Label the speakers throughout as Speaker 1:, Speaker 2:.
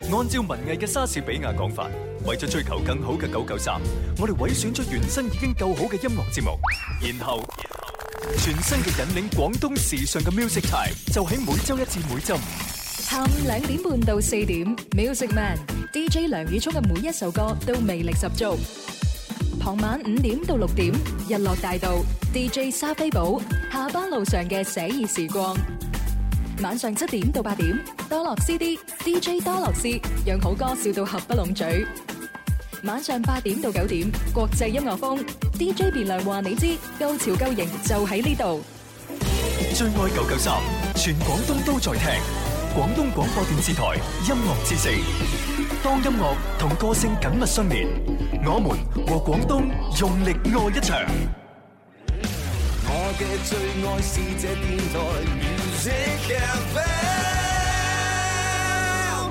Speaker 1: 按照文藝嘅莎士比亞講法，為咗追求更好嘅九九三，我哋委選出原身已經夠好嘅音樂節目，然後全新嘅引領廣東時尚嘅 music time 就喺每周一至每周五。
Speaker 2: 下午兩點半到四點，Music Man DJ 梁宇聰嘅每一首歌都魅力十足。傍晚五點到六點，日落大道 DJ 莎菲寶下班路上嘅寫意時光。晚上七點到八點，多樂 CD DJ 多樂斯讓好歌笑到合不攏嘴。晚上八點到九點，國際音樂風 DJ 變亮話你知，夠潮夠型就喺呢度。
Speaker 1: 最愛九九三，全廣東都在聽。廣東廣播電視台音樂之聲，當音樂同歌聲緊密相連，我們和廣東用力愛一場。
Speaker 3: 我嘅最愛是這電台 Music FM。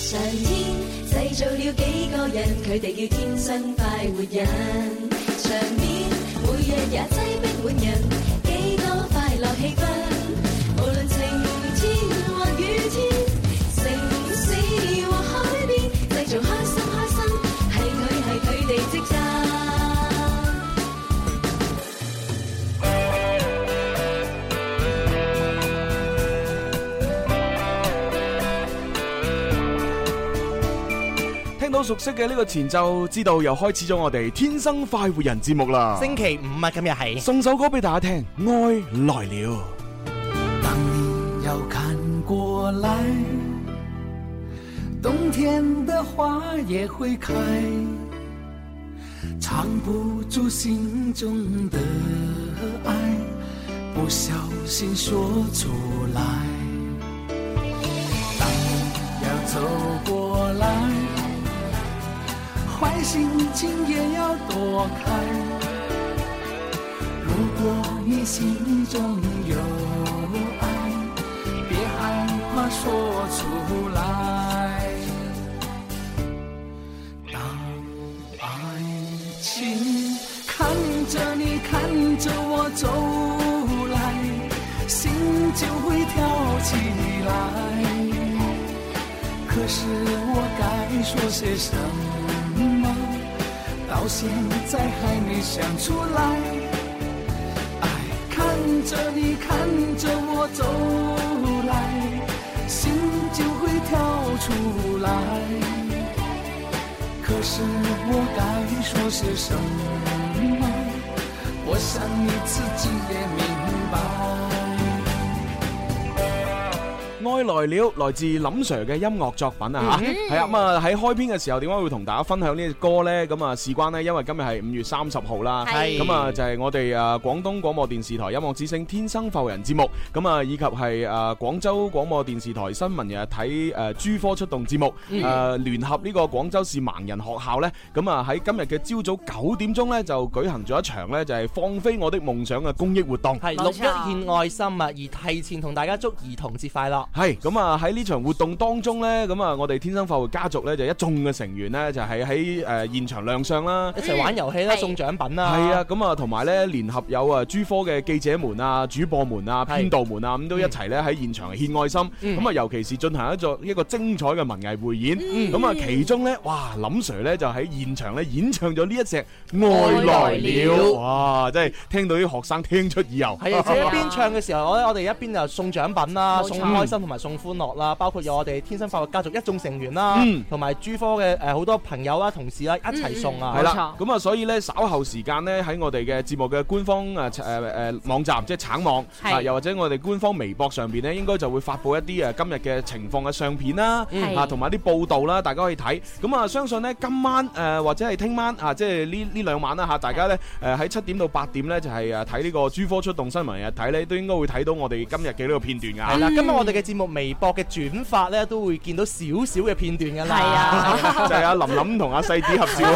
Speaker 4: 上天製造了幾個人，佢哋叫天生快活人。場面每日也擠逼滿人，幾多快樂氣氛。無論晴天或雨天，城市或海邊，製造開心開心，係佢係佢哋職責。
Speaker 5: 聽到熟悉嘅呢個前奏，知道又開始咗我哋天生快活人節目啦。
Speaker 6: 星期五啊，今日係
Speaker 5: 送首歌俾大家聽，《愛來了》。
Speaker 3: 又看過來，冬天的花也會開，藏不住心中的愛，不小心說出來。當你要走過來，壞心情也要躲開。如果你心中有愛，別害怕說出來。當愛情看着你看着我走來，心就會跳起來。可是我該說些什麼？到現在還沒想出來。看着你，看着我走來，心就會跳出來。可是我該說些什麼？我想你自己也明白。
Speaker 5: 愛來了，來自林 Sir 嘅音樂作品啊吓，係啊咁啊喺開篇嘅時候，點解會同大家分享呢隻歌呢？咁啊事關呢，因為今日係五月三十號啦，
Speaker 6: 係
Speaker 5: 咁啊就係我哋啊廣東廣播電視台音樂之聲天生浮人節目，咁啊以及係啊廣州廣播電視台新聞日日睇誒珠科出動節目，誒聯合呢個廣州市盲人學校呢，咁啊喺今日嘅朝早九點鐘呢，就舉行咗一場呢，就係放飛我的夢想嘅公益活動。
Speaker 6: 係六一獻愛心啊，而提前同大家祝兒童節快樂。
Speaker 5: 係咁啊！喺呢場活動當中呢，咁啊，我哋天生快活家族呢，就一眾嘅成員呢，就係喺誒現場亮相啦。
Speaker 6: 一齊玩遊戲啦，
Speaker 7: 嗯係
Speaker 6: 送獎品啦。
Speaker 5: 係啊，，咁啊，同埋呢，聯合有啊珠科嘅記者們啊、主播們啊、
Speaker 6: 係
Speaker 5: 編導們啊，咁都一齊呢喺現場獻愛心。
Speaker 6: 嗯
Speaker 5: 咁啊，尤其是進行一座一個精彩嘅文藝匯演。咁啊，其中呢，哇，林 Sir 呢就喺現場呢演唱咗呢一隻《愛來
Speaker 7: 愛
Speaker 5: 了
Speaker 7: 來》。
Speaker 5: 哇！真係聽到啲學生聽出耳油。
Speaker 6: 係啊，自己一邊唱嘅時候，我我哋一邊就送獎品啦，
Speaker 7: 冇錯
Speaker 6: 送開心同埋送歡樂啦，包括有我哋天生快活家族一眾成員啦
Speaker 5: 嗯，
Speaker 6: 同埋珠科嘅誒好多朋友啊、同事啦一齊送啊
Speaker 7: 嗯
Speaker 5: 係。
Speaker 7: 冇
Speaker 5: 啦，
Speaker 7: 錯
Speaker 5: 咁啊，所以咧稍後時間咧喺我哋嘅節目嘅官方啊誒誒誒網站，即係橙網
Speaker 7: 係
Speaker 5: 啊，又或者我哋官方微博上邊咧，應該就會發布一啲誒啊今日嘅情況嘅相片啦，
Speaker 7: 係
Speaker 5: 啊，同埋啲報道啦，大家可以睇。咁啊，相信咧今晚誒或者係聽晚啊，即係呢呢兩晚啦嚇，大家咧誒喺七點到八點咧就係誒睇呢個珠科出動新聞日睇咧，都應該會睇到我哋今日嘅呢個片段
Speaker 6: 係
Speaker 5: 㗎。
Speaker 6: 啦，今日我哋嘅節目微博嘅轉發咧，都會見到少少嘅片段㗎啦。
Speaker 7: 係啊
Speaker 5: 就係阿林林同阿細子合照。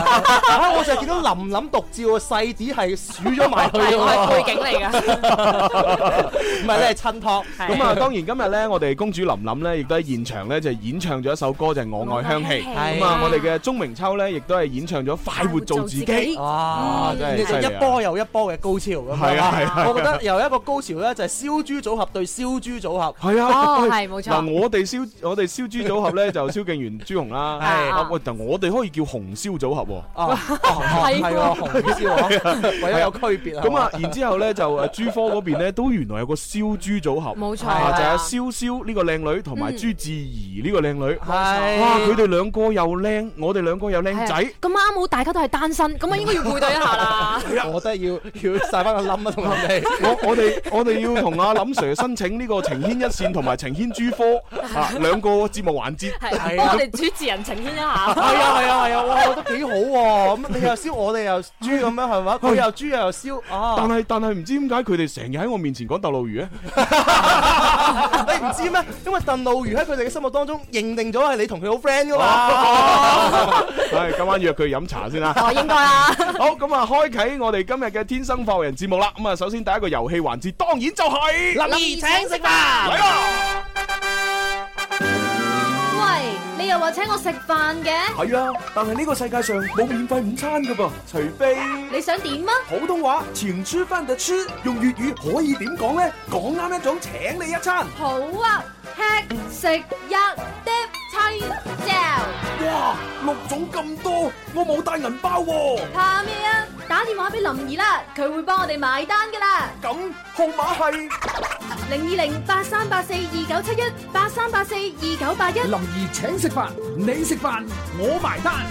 Speaker 6: 啊！我就係見到林林獨照個細子係鼠咗埋去
Speaker 7: 係我
Speaker 6: 喎，
Speaker 7: 係背景嚟㗎，
Speaker 6: 唔係你係襯托。
Speaker 7: 係
Speaker 5: 咁啊，當然今日咧，我哋公主琳琳咧，亦都喺現場咧就演唱咗一首歌，就係《我愛香氣》。
Speaker 6: 係
Speaker 5: 咁啊，我哋嘅鐘明秋咧，亦都係演唱咗《快活做自己》。嗯真係犀
Speaker 6: 哇！真係
Speaker 5: 利啊
Speaker 6: 一波又一波嘅高潮咁樣
Speaker 5: 係啊係啊係啊
Speaker 6: 我覺得有一個高潮咧，就係燒豬組合對燒豬組合。
Speaker 5: 係啊，
Speaker 7: 哦
Speaker 5: 喂
Speaker 8: 係冇錯
Speaker 5: 嗱，我哋燒我哋燒豬組合 咧就蕭敬元、朱紅啦。
Speaker 8: 係
Speaker 5: 啊喂，但我哋可以叫紅燒組合喎。
Speaker 6: 啊，係喎，紅 燒，為咗有區別啊。
Speaker 5: 咁啊，然之後咧就誒珠科嗰邊咧都原來有個燒豬組合，
Speaker 8: 冇錯
Speaker 5: 啊就係阿
Speaker 8: 啊嗯
Speaker 5: 蕭蕭呢個靚女同埋朱志怡呢個靚女。
Speaker 6: 係
Speaker 5: 哇！佢哋兩個又靚，我哋兩個又
Speaker 8: 係
Speaker 5: 靚
Speaker 8: 啊
Speaker 5: 仔。
Speaker 8: 咁啱好，大家都係單身，咁啊應該要配對一下啦。
Speaker 6: 我都係要 要晒翻個冧啊，同人哋。
Speaker 5: 我我哋我哋要同阿林 Sir 申請呢個情牽一線同埋情牽珠 科啊兩個節目環節。啊
Speaker 8: 係，
Speaker 6: 係
Speaker 8: 幫我哋主持人呈現一下。
Speaker 6: 係啊係啊係啊，哇， 我覺得幾好喎！咁你又 燒，我哋又豬咁樣係嘛？佢又豬又燒
Speaker 5: 但
Speaker 6: 啊！
Speaker 5: 係但係唔知點解佢哋成日喺我面前講鬥鱸魚 咧？
Speaker 6: 你唔知咩？因為鄧露如喺佢哋嘅心目當中認定咗係你同佢好 friend 噶嘛。
Speaker 5: 唉，今晚約佢飲茶 先啦。
Speaker 8: 哦，應該啦。
Speaker 5: 好，咁啊，開啟我哋今日嘅天生發人節目啦。咁啊，首先第一個遊戲環節，當然就係
Speaker 6: 林怡請食飯。
Speaker 5: 嚟啦，
Speaker 8: 喂，你又話請我食飯嘅，
Speaker 5: 係啊，但係呢個世界上冇免費午餐噶噃，除非
Speaker 8: 你想點啊？
Speaker 5: 普通話前出翻就出，用粵語可以點講咧？講啱一種請你一餐。
Speaker 8: 好啊，吃食一碟青椒，
Speaker 5: 哇，六種咁多，我冇帶銀包喎、
Speaker 8: 怕咩啊？打電話俾林兒啦，佢會幫我哋埋單噶啦。
Speaker 5: 咁號碼係
Speaker 8: 零二零八三八四二九七一八三八四二九八一。
Speaker 3: 林兒請食飯，你食飯，我埋 單。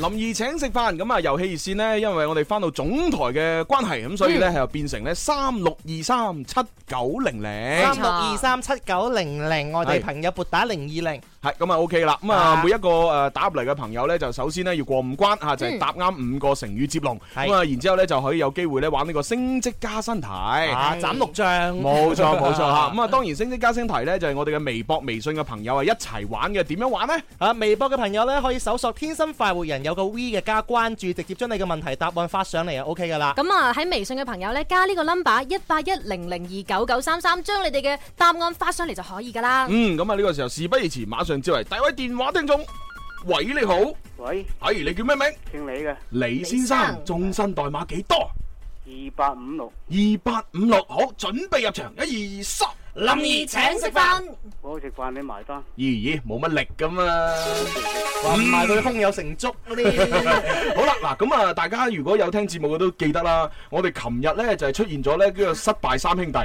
Speaker 5: 林怡請食飯咁啊！遊戲熱線呢，因為我哋翻到總台嘅關係，咁所以呢，
Speaker 6: 嗯
Speaker 5: 係又變成呢三六二三七九零零。
Speaker 6: 三六二三七九零零，我哋朋友撥打零二零。
Speaker 5: 系咁啊 OK 啦，咁啊
Speaker 6: 啊
Speaker 5: 每一個诶打入嚟嘅朋友咧，就首先咧要過五關吓，就
Speaker 6: 嗯
Speaker 5: 係答啱五個成語接龍，
Speaker 6: 係
Speaker 5: 咁啊然之后咧就可以有機會咧玩呢個升職加薪題。
Speaker 6: 啊，斬六將，
Speaker 5: 冇錯 冇錯吓，咁啊當然升職加薪題咧就係我哋嘅微博、微信嘅朋友啊一齊玩嘅，點樣玩呢？
Speaker 6: 啊！微博嘅朋友咧，可以搜索「天生快活人」，有個 V 嘅加關注，直接將你嘅問題答案發上嚟就 OK 噶啦。
Speaker 8: 咁啊喺微信嘅朋友咧，加呢個 number 一八一零零二九九三三，將你哋嘅答案發上嚟就可以噶啦。
Speaker 5: 嗯，咁啊呢個時候事不宜遲，馬上接嚟第一位電話聽眾。喂，你好，
Speaker 9: 喂，
Speaker 5: 係你叫咩名？
Speaker 9: 姓李嘅，
Speaker 5: 李先
Speaker 8: 李
Speaker 5: 生，
Speaker 8: 生
Speaker 5: 終身代碼幾多？
Speaker 9: 二八五六，
Speaker 5: 二八五六，好，準備入哎場，一二三，林怡請
Speaker 8: 食飯，
Speaker 9: 我食飯你埋單。
Speaker 5: 咦咦，冇乜力咁啊！
Speaker 6: 話唔埋佢胸有成竹嗰啲，
Speaker 5: 好啦，嗱咁啊，大家如果有聽節目嘅都記得啦。我哋琴日咧就係出現咗咧呢個失敗三兄弟，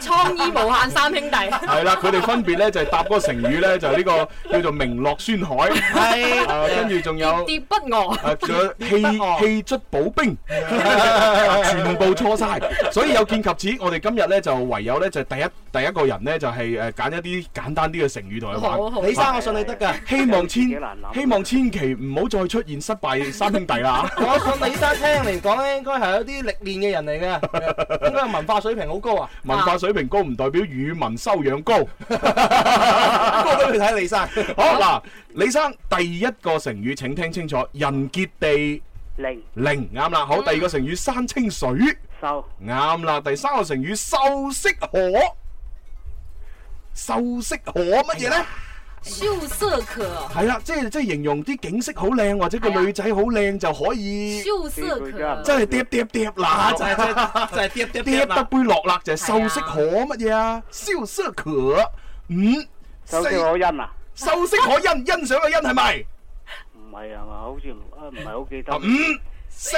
Speaker 8: 創意無限三兄弟。
Speaker 5: 係啦，佢哋分別咧就係搭嗰個成語咧就係呢個叫做名落孫海，啊
Speaker 6: 係
Speaker 5: 跟住仲有。
Speaker 8: 蝶不餓，
Speaker 5: 啊！仲 有氣氣卒補兵，全部錯晒，所以有見及此，我哋今日咧就唯有咧就第一第一個人咧就係誒揀一啲簡單啲嘅成語同佢玩啊
Speaker 8: 好。好。
Speaker 6: 李生，我信你得㗎。
Speaker 5: 希望千
Speaker 9: 有啲難諗啊
Speaker 5: 希望千祈唔好再出現失敗三兄弟啦！
Speaker 6: 我信李生聽嚟講咧，應該係有啲歷練嘅人嚟嘅，應該係文化水平好高啊！
Speaker 5: 文化水平高唔代表語文修養 高。
Speaker 6: 高俾佢睇李生，
Speaker 5: 好嗱，李生第一個成語請聽清楚，人傑地
Speaker 9: 零嗯
Speaker 5: 靈啱啦。好，第二個成語山清水
Speaker 9: 收
Speaker 5: 啱啦。第三個成語秀色可，秀色可乜嘢呢？
Speaker 8: 羞涩
Speaker 9: 啊
Speaker 8: 可，
Speaker 5: 係啦，即係即係形容啲景色好靚或者個女仔好靚就可以，
Speaker 8: 羞涩
Speaker 9: 呢句啊真係啊
Speaker 8: 可
Speaker 9: 唔。
Speaker 5: 真係疊疊疊啦，就係
Speaker 6: 就係就係跌跌
Speaker 5: 跌
Speaker 6: 跌
Speaker 5: 得
Speaker 6: 啦，
Speaker 5: 杯落啦，就係秀色可乜嘢啊？秀色可五
Speaker 9: 收
Speaker 5: 四
Speaker 9: 息可欣啊？
Speaker 5: 秀色可欣，欣賞嘅欣係咪？
Speaker 9: 唔係啊嘛，好似唔啊唔係好記
Speaker 5: 啊
Speaker 9: 得。
Speaker 5: 五四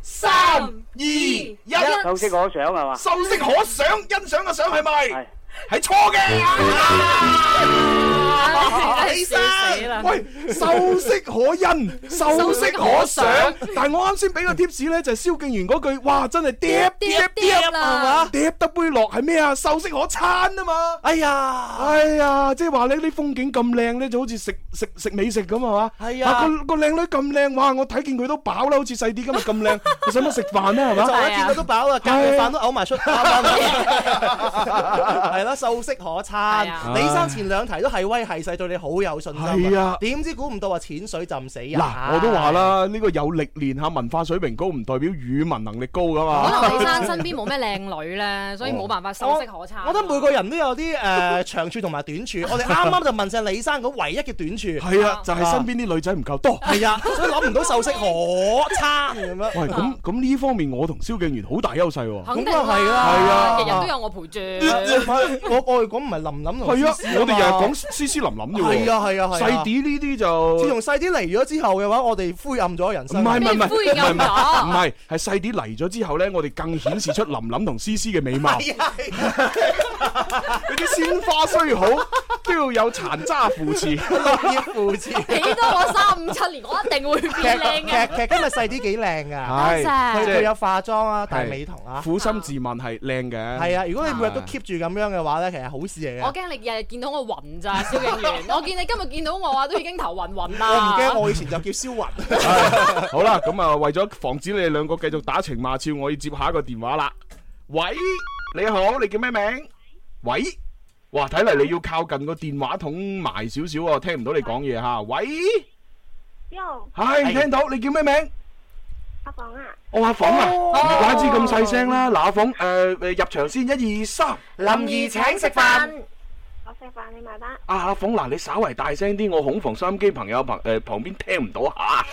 Speaker 5: 三二一，
Speaker 9: 收息可想係嘛？
Speaker 5: 秀色可想，欣賞嘅想係咪
Speaker 9: 係？
Speaker 5: 係錯嘅。
Speaker 8: 李生，
Speaker 5: 喂，秀色可欣，秀色可想。但係我啱先俾個 tips 咧，就係蕭敬元嗰句，哇，真係疊疊疊，
Speaker 8: 啦，
Speaker 5: 疊得杯落係咩啊？秀色可餐啊嘛。
Speaker 6: 哎呀！
Speaker 5: 哎呀，即係話呢啲風景咁靚咧，就好似食食食美食咁係嘛？
Speaker 6: 係啊
Speaker 5: 個個靚女咁靚，哇！我睇見佢都飽啦，好似細啲今日咁靚， 你使乜食飯咧係
Speaker 6: 就啊
Speaker 5: 嘛？
Speaker 6: 一見到都飽啦，隔夜飯都哦 嘔埋出，啊 係啦，秀色可餐
Speaker 8: 係啊。
Speaker 6: 李生前兩題都係威係勢，對你好有信心
Speaker 5: 係啊
Speaker 6: 啊。點知估唔到話淺水浸死人。
Speaker 5: 嗱，我都話，啦，呢個有歷練下文化水平高，唔代表語文能力高噶
Speaker 8: 可
Speaker 5: 嘛。
Speaker 8: 能李生身邊冇咩靚女咧，所以冇辦法，秀
Speaker 6: 我
Speaker 8: 色可餐。
Speaker 6: 我覺得每個人都有啲呃誒長處同埋 短處，我哋啱啱就問晒李生嗰唯一嘅短處。
Speaker 5: 係啊，就係身邊啲女仔唔夠多。
Speaker 6: 係啊，所以諗唔到秀色可餐咁樣。
Speaker 5: 喂，咁啊咁呢方面我同蕭敬元好大優勢喎。
Speaker 8: 肯定
Speaker 6: 咁啊係啦
Speaker 5: 係啊
Speaker 8: 日日都有我陪住。
Speaker 6: 我我哋講唔係林林同
Speaker 5: 係啊
Speaker 6: 思思，
Speaker 5: 我哋日日
Speaker 6: 嘛
Speaker 5: 講斯斯林林啫喎。
Speaker 6: 係啊係啊係啊。
Speaker 5: 細啲呢啲就
Speaker 6: 自從細啲嚟咗之後嘅話，我哋灰暗咗人
Speaker 5: 哦唔係唔
Speaker 6: 生。
Speaker 5: 係唔係
Speaker 8: 咩灰暗
Speaker 5: 唔係
Speaker 8: 咗
Speaker 5: 唔係係細啲嚟咗之後咧，我哋更顯示出林林同思思嘅美貌。
Speaker 6: 係啊，係啊
Speaker 5: 你啲鮮花雖好，都要有殘渣扶 持。
Speaker 6: 要扶持。
Speaker 8: 俾多我三五七年，我一定會變靚啊
Speaker 6: 劇
Speaker 8: 嘅。
Speaker 6: 劇今日細啲幾靚㗎，
Speaker 5: 係
Speaker 6: 佢
Speaker 8: 多謝
Speaker 5: 即
Speaker 6: 佢
Speaker 5: 係
Speaker 6: 有化妝啊、大美瞳啊。
Speaker 5: 苦心自問係靚嘅。
Speaker 6: 係啊，如果你每日都 keep 住咁樣嘅話咧，其實好事嚟嘅
Speaker 8: 我。驚你日日見到我暈咋，蕭 敬元。我見你今日見到我啊，都已經頭暈暈
Speaker 6: 我唔
Speaker 8: 啦。
Speaker 6: 驚，我以前就叫蕭雲。
Speaker 5: 好啦，咁啊，為咗防止你哋兩個繼續打情罵俏，我要接下一個電話啦。喂，你好，你叫咩名？喂，哇，睇嚟你要靠近個電話筒埋少少喎，聽唔到你講嘢吓。喂，
Speaker 7: Yo，
Speaker 5: 係
Speaker 6: 係
Speaker 5: 聽到，你叫咩名？
Speaker 7: 阿房啊，
Speaker 5: 我阿鳳啊，唔怪之咁細聲啦。嗱，阿鳳，誒誒，入場先，一二三。
Speaker 6: 林怡請食飯。
Speaker 7: 我食飯你埋單。
Speaker 5: 啊，阿鳳，嗱，你稍為大聲啲，我恐防收音機朋友朋誒旁邊聽唔到嚇。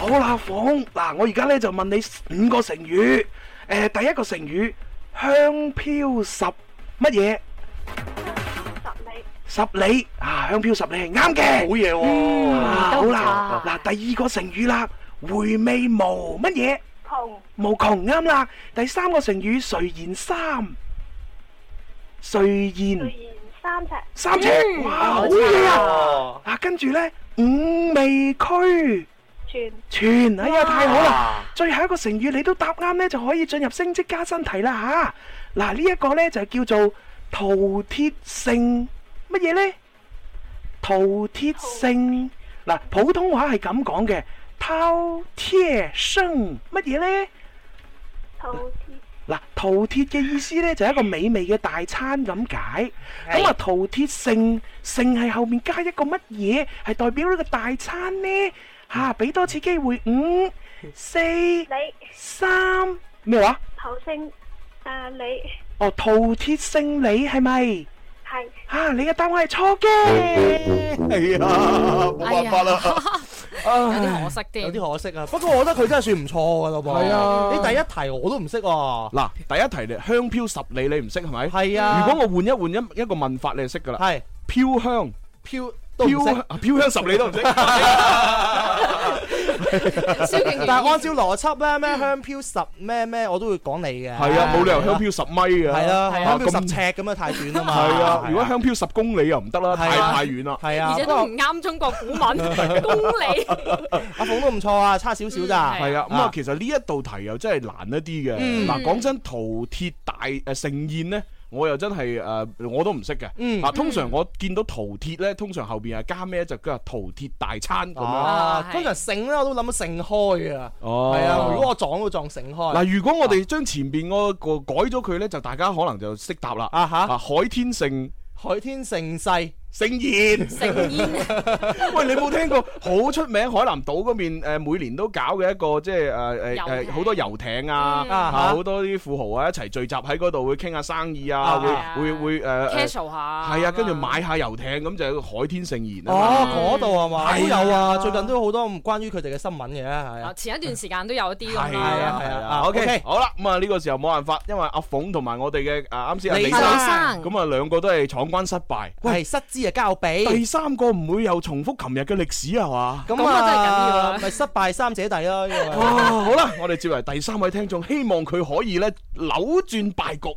Speaker 5: 好啦，阿鳳，嗱，我而家咧就問你五個成語。誒，第一個成語香飄十乜嘢？
Speaker 7: 十你，
Speaker 5: 十里啊，香飄十里係啱嘅。好嘢喎！好啦，嗱，第二個成語啦，回味無乜嘢？
Speaker 7: 窮
Speaker 5: 無窮啱啦。第三個成語垂涎三，垂涎
Speaker 7: 雖然三尺，
Speaker 5: 三尺，
Speaker 1: 嗯
Speaker 5: 哇，好嘢啊！啊，跟住呢，五味俱
Speaker 7: 全
Speaker 5: 全，哎呀，太好啦！最後一個成語你都答啱呢，就可以進入升職加薪題啦吓。嗱、呢一個呢，就叫做饕餮性乜嘢呢？饕餮性嗱，普通話係咁講嘅，饕餮性乜嘢呢？
Speaker 7: 肚貼
Speaker 5: 嗱，饕餮嘅意思呢，就係一個美味嘅大餐咁解。咁啊，饕餮盛盛係後面加一個乜嘢，係代表呢個大餐呢？嚇、俾多次機會，五、四、
Speaker 7: 你
Speaker 5: 三，咩話？
Speaker 7: 頭星誒你
Speaker 5: 哦，饕餮盛你係咪？
Speaker 7: 係
Speaker 5: 嚇、你嘅答案係錯嘅。
Speaker 6: 係啊，冇
Speaker 8: 哎呀， 有啲可惜
Speaker 6: 有
Speaker 8: 啲。
Speaker 6: 啲可惜啊，不過我覺得佢真係算唔錯㗎咯噃。
Speaker 5: 係啊
Speaker 6: 你第一題我都唔識喎。
Speaker 5: 嗱，第一題你香飄十里，你唔識係咪？
Speaker 6: 係啊，
Speaker 5: 我換一換一一個問法，你就識噶。
Speaker 6: 係
Speaker 5: 飄香。
Speaker 6: 飄都唔識，
Speaker 5: 飄啊香十里都唔識，
Speaker 8: 蕭敬元，
Speaker 6: 但係按照邏輯咧，咩香飄十咩咩，我都會講你嘅。
Speaker 5: 係啊，冇理由香飄十米嘅。
Speaker 6: 係啦，
Speaker 5: 啊
Speaker 6: 香飄
Speaker 5: 咁
Speaker 6: 十尺咁啊，太短啦嘛。
Speaker 5: 係啊，如果香飄十公里又唔得啦，
Speaker 6: 係
Speaker 5: 太
Speaker 6: 啊
Speaker 5: 太遠啦。
Speaker 6: 係啊，
Speaker 8: 而且
Speaker 6: 不過
Speaker 8: 都唔啱中國古 文公理。
Speaker 6: 阿鳳都唔錯啊，差少少咋。
Speaker 8: 嗯
Speaker 5: 係啊，咁啊
Speaker 6: 啊，
Speaker 5: 其實呢一道題又真係難一啲嘅。
Speaker 6: 嗯
Speaker 5: 嗱，講真，饕餮大誒盛宴咧，我又真係誒我都唔識
Speaker 6: 嗯
Speaker 5: 嘅。啊，通常我見到饕餮咧，通常後邊係加咩就叫饕餮大餐
Speaker 8: 哦
Speaker 5: 咁樣。
Speaker 6: 啊
Speaker 8: 係，
Speaker 6: 通常盛咧，我都諗到盛開啊。
Speaker 5: 哦
Speaker 6: 係啊，如果我撞都撞盛開。
Speaker 5: 嗱，如果我哋將前邊嗰個改咗佢咧，就大家可能就識答啦。
Speaker 6: 啊
Speaker 5: 啊，
Speaker 6: 吓，
Speaker 5: 海天盛
Speaker 6: 海天盛世係
Speaker 5: 盛宴。
Speaker 8: 成煙
Speaker 5: 喂，你冇聽過 好出名海南島嗰邊誒每年都搞嘅一個即係誒
Speaker 8: 遊
Speaker 5: 誒誒
Speaker 8: 艇
Speaker 5: 好多遊艇啊，
Speaker 8: 嗯
Speaker 5: 啊
Speaker 6: 啊哈
Speaker 5: 好多啲富豪啊一齊聚集喺嗰度會傾下生意啊，
Speaker 6: 啊
Speaker 5: 會會會誒誒
Speaker 8: casual 下，
Speaker 5: 係啊，跟住買下遊艇咁就海天盛宴啊嘛。
Speaker 6: 哦，嗰度係嘛？都
Speaker 5: 係啊
Speaker 6: 有啊，最近都有好多關於佢哋嘅新聞嘅，係
Speaker 8: 啊。
Speaker 6: 啊。
Speaker 8: 前一段時間都有啲咁
Speaker 5: 係
Speaker 8: 啦。
Speaker 5: 啊係
Speaker 6: 係
Speaker 5: 啊
Speaker 6: 啊
Speaker 5: ，OK
Speaker 6: OK
Speaker 5: 好啦，咁啊呢個時候冇辦法，因為阿鳳同埋我哋嘅啊啱先阿李
Speaker 6: 李
Speaker 5: 生，
Speaker 6: 生
Speaker 5: 咁啊兩個都係闖關失敗。喂，
Speaker 6: 係失之啊交 臂。
Speaker 5: 第三個唔會又重複琴日嘅歷史啊係嘛？
Speaker 6: 咁
Speaker 8: 咁啊真係緊要啊
Speaker 6: 咪失敗三姐弟咯，呢個
Speaker 5: 哇，好啦，我哋接嚟第三位聽眾，希望佢可以咧扭轉敗局。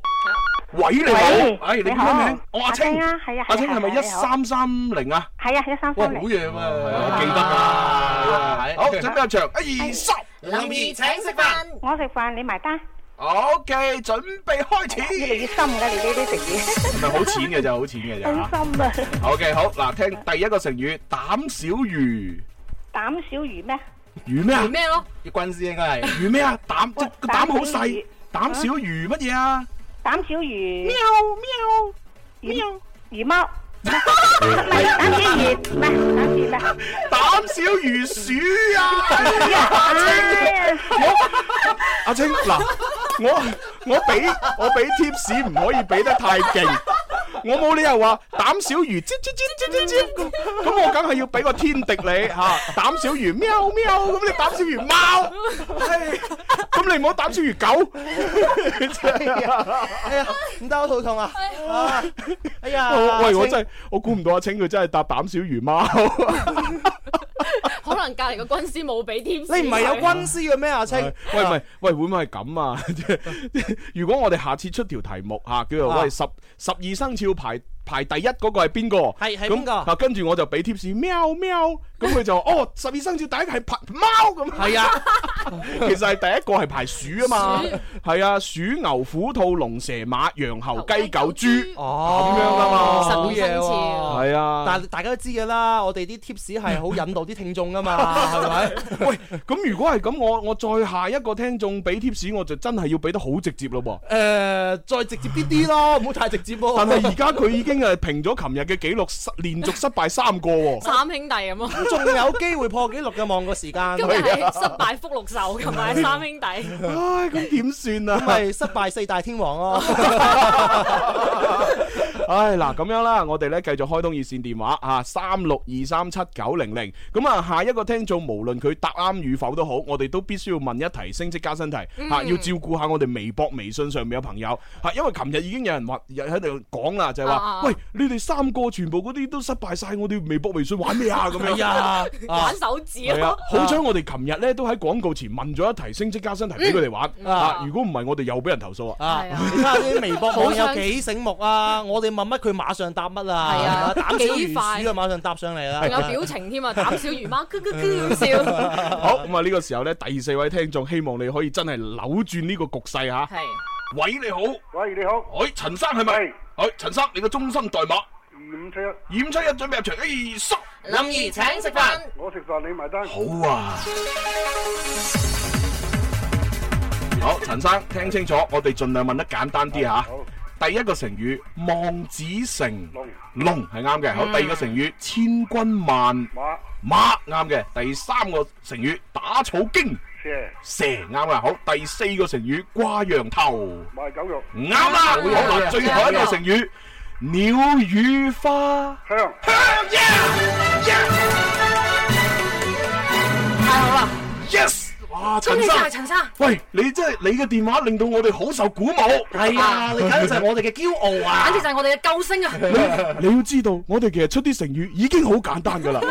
Speaker 5: 喂，你
Speaker 7: 喂
Speaker 5: 好，哎，你叫咩名？我阿青
Speaker 7: 青，啊，係啊，
Speaker 5: 阿青係咪
Speaker 7: 係啊
Speaker 5: 一？三三零啊？
Speaker 7: 係啊，一三三零，
Speaker 5: 嘢啊，記得啊。好，準備入場，一二三
Speaker 8: 林怡請食飯，
Speaker 7: 我食飯你埋單，
Speaker 5: ，OK，準備開
Speaker 7: 越嚟
Speaker 5: 始。
Speaker 7: 越深㗎你呢啲食嘢，
Speaker 5: 係咪好淺嘅咋？好淺嘅咋
Speaker 7: 真心啊！
Speaker 5: ？OK，好，嗱，聽第一個成語，膽小魚，
Speaker 7: 膽小魚咩？
Speaker 5: 魚咩啊
Speaker 8: 係？咩咯？
Speaker 6: 要軍師應該係。
Speaker 5: 魚咩啊？膽即
Speaker 7: 喂
Speaker 5: 個膽好
Speaker 7: 膽小
Speaker 5: 細
Speaker 7: 魚，
Speaker 5: 膽小魚乜嘢啊？
Speaker 7: 膽小魚，
Speaker 5: 喵
Speaker 7: 魚魚 貓，唔係膽小魚，唔係膽小魚咩？
Speaker 5: 喵，膽小魚
Speaker 7: 啊
Speaker 5: 鼠啊！
Speaker 7: 哎呀
Speaker 5: 阿青，阿青嗱，我我俾我俾 tips 唔可以俾得太勁，我冇理由話膽小魚，接接接接接接咁，咁我梗係要俾個天敵你吓，膽小魚喵喵，咁你膽小魚貓，嘿咁你唔好膽小魚狗，啊
Speaker 6: 哎呀，唔得，我肚痛啊！啊哎 呀，
Speaker 5: 我 喂我
Speaker 6: 清
Speaker 5: 真係我估唔到阿青佢真係搭膽小魚貓，
Speaker 8: 可能隔離個軍師冇俾添。
Speaker 6: 你唔係有軍師嘅咩？阿青，
Speaker 5: 喂唔係喂會唔會係咁啊？ 即係如果我哋下次出條題目吓，叫做
Speaker 6: 啊
Speaker 5: 喂十十二生肖排。排第一嗰個係邊個？
Speaker 6: 係係邊
Speaker 5: 咁
Speaker 6: 個
Speaker 5: 啊，跟住我就俾貼士喵喵，咁佢就話 哦，十二生肖第一個係排貓咁。係啊， 其實係第一個係排鼠啊嘛。係啊，鼠牛虎兔龍蛇馬羊猴雞狗豬。
Speaker 6: 哦
Speaker 5: 咁樣㗎嘛
Speaker 8: 十
Speaker 6: 好
Speaker 8: 二
Speaker 6: 嘢
Speaker 8: 生
Speaker 6: 喎
Speaker 8: 肖。
Speaker 5: 係啊，
Speaker 6: 但係大家都知㗎啦，我哋啲 tips 係好引導啲聽眾㗎嘛， 係咪？
Speaker 5: 喂， 咁如果係咁，我我再下一個聽眾俾貼士，我就真係要俾得好直接咯噃。
Speaker 6: 誒，再直接啲啲咯，唔好太直接喎。
Speaker 5: 但係而家佢已經係平咗琴日嘅紀錄，失連續失敗三個 喎。
Speaker 8: 三兄弟咁啊！
Speaker 6: 仲有機會破紀錄嘅，望個時間。
Speaker 8: 今日係
Speaker 5: 啊
Speaker 8: 失敗福祿壽，琴日係三兄弟。
Speaker 5: 唉，咁點算啊？
Speaker 6: 咪失敗四大天王啊咯。
Speaker 5: 唉，嗱咁樣啦，我哋咧繼續開通熱線電話啊，三六二三七九零零。咁啊，下一個聽眾無論佢答啱與否都好，我哋都必須要問一題升職加薪題嚇，
Speaker 8: 嗯
Speaker 5: 要照顧下我哋微博、微信上面嘅朋友嚇，因為琴日已經有人話有喺度講啦，就係
Speaker 8: 啊
Speaker 5: 話
Speaker 8: 啊
Speaker 5: 喂，你哋三個全部嗰啲都失敗晒，我哋微博、微信玩咩 啊？咁樣。
Speaker 6: 呀，
Speaker 8: 哎玩手指
Speaker 5: 係啊
Speaker 8: 咯，，
Speaker 5: 好彩我哋琴日咧都喺廣告前問咗一題升職加薪題俾佢哋玩啊！如果唔係，我哋又俾人投訴啊！
Speaker 6: 啊！
Speaker 8: 係嗯啊
Speaker 6: 你睇下啲微博網友
Speaker 8: 好想
Speaker 6: 幾醒目啊！我哋問乜佢馬上答乜啊！
Speaker 8: 係啊
Speaker 6: 膽小如
Speaker 8: 幾快
Speaker 6: 鼠啊，馬上答上嚟啦！
Speaker 8: 仲有表情添啊，膽小如貓，咕咕咕咁笑。
Speaker 5: 好咁啊！呢個時候咧，第四位聽眾，希望你可以真係扭轉呢個局勢吓。
Speaker 8: 係
Speaker 5: 喂，你好，
Speaker 9: 喂，你好，
Speaker 5: 喂，陳生係咪？
Speaker 9: 係
Speaker 5: 喂，陳生，你個中心代碼
Speaker 9: 二五七一，
Speaker 5: 二五七一準備入場，哎，收。
Speaker 8: 林怡請食飯。
Speaker 9: 我食飯你埋單。
Speaker 5: 好啊。好，陳生聽清楚，我哋盡量問得簡單啲吓。
Speaker 9: 好，
Speaker 5: 第一個成語望子成
Speaker 9: 龍
Speaker 5: 龍係
Speaker 8: 嗯
Speaker 5: 啱嘅，好。第二個成語千軍萬
Speaker 9: 馬
Speaker 5: 馬啱嘅，第三個成語打草驚
Speaker 9: 蛇
Speaker 5: 蛇啱啦，好。第四個成語掛羊頭。
Speaker 9: 賣狗肉，
Speaker 5: 啱啦，
Speaker 6: 啊
Speaker 5: 好啦，最後一個成語鳥語花
Speaker 9: 香
Speaker 5: 香
Speaker 8: 太好啦，
Speaker 5: ，yes，哇，
Speaker 8: 恭
Speaker 5: 陳
Speaker 8: 喜
Speaker 5: 生，
Speaker 8: 晒陳生。
Speaker 5: 喂，你真係你嘅電話令到我哋好受鼓舞，
Speaker 6: 係啊， 你簡直就係 我哋嘅驕傲啊！
Speaker 8: 簡直就係我哋嘅救星啊！
Speaker 5: 你要知道，我哋其實出啲成語已經好簡單㗎啦。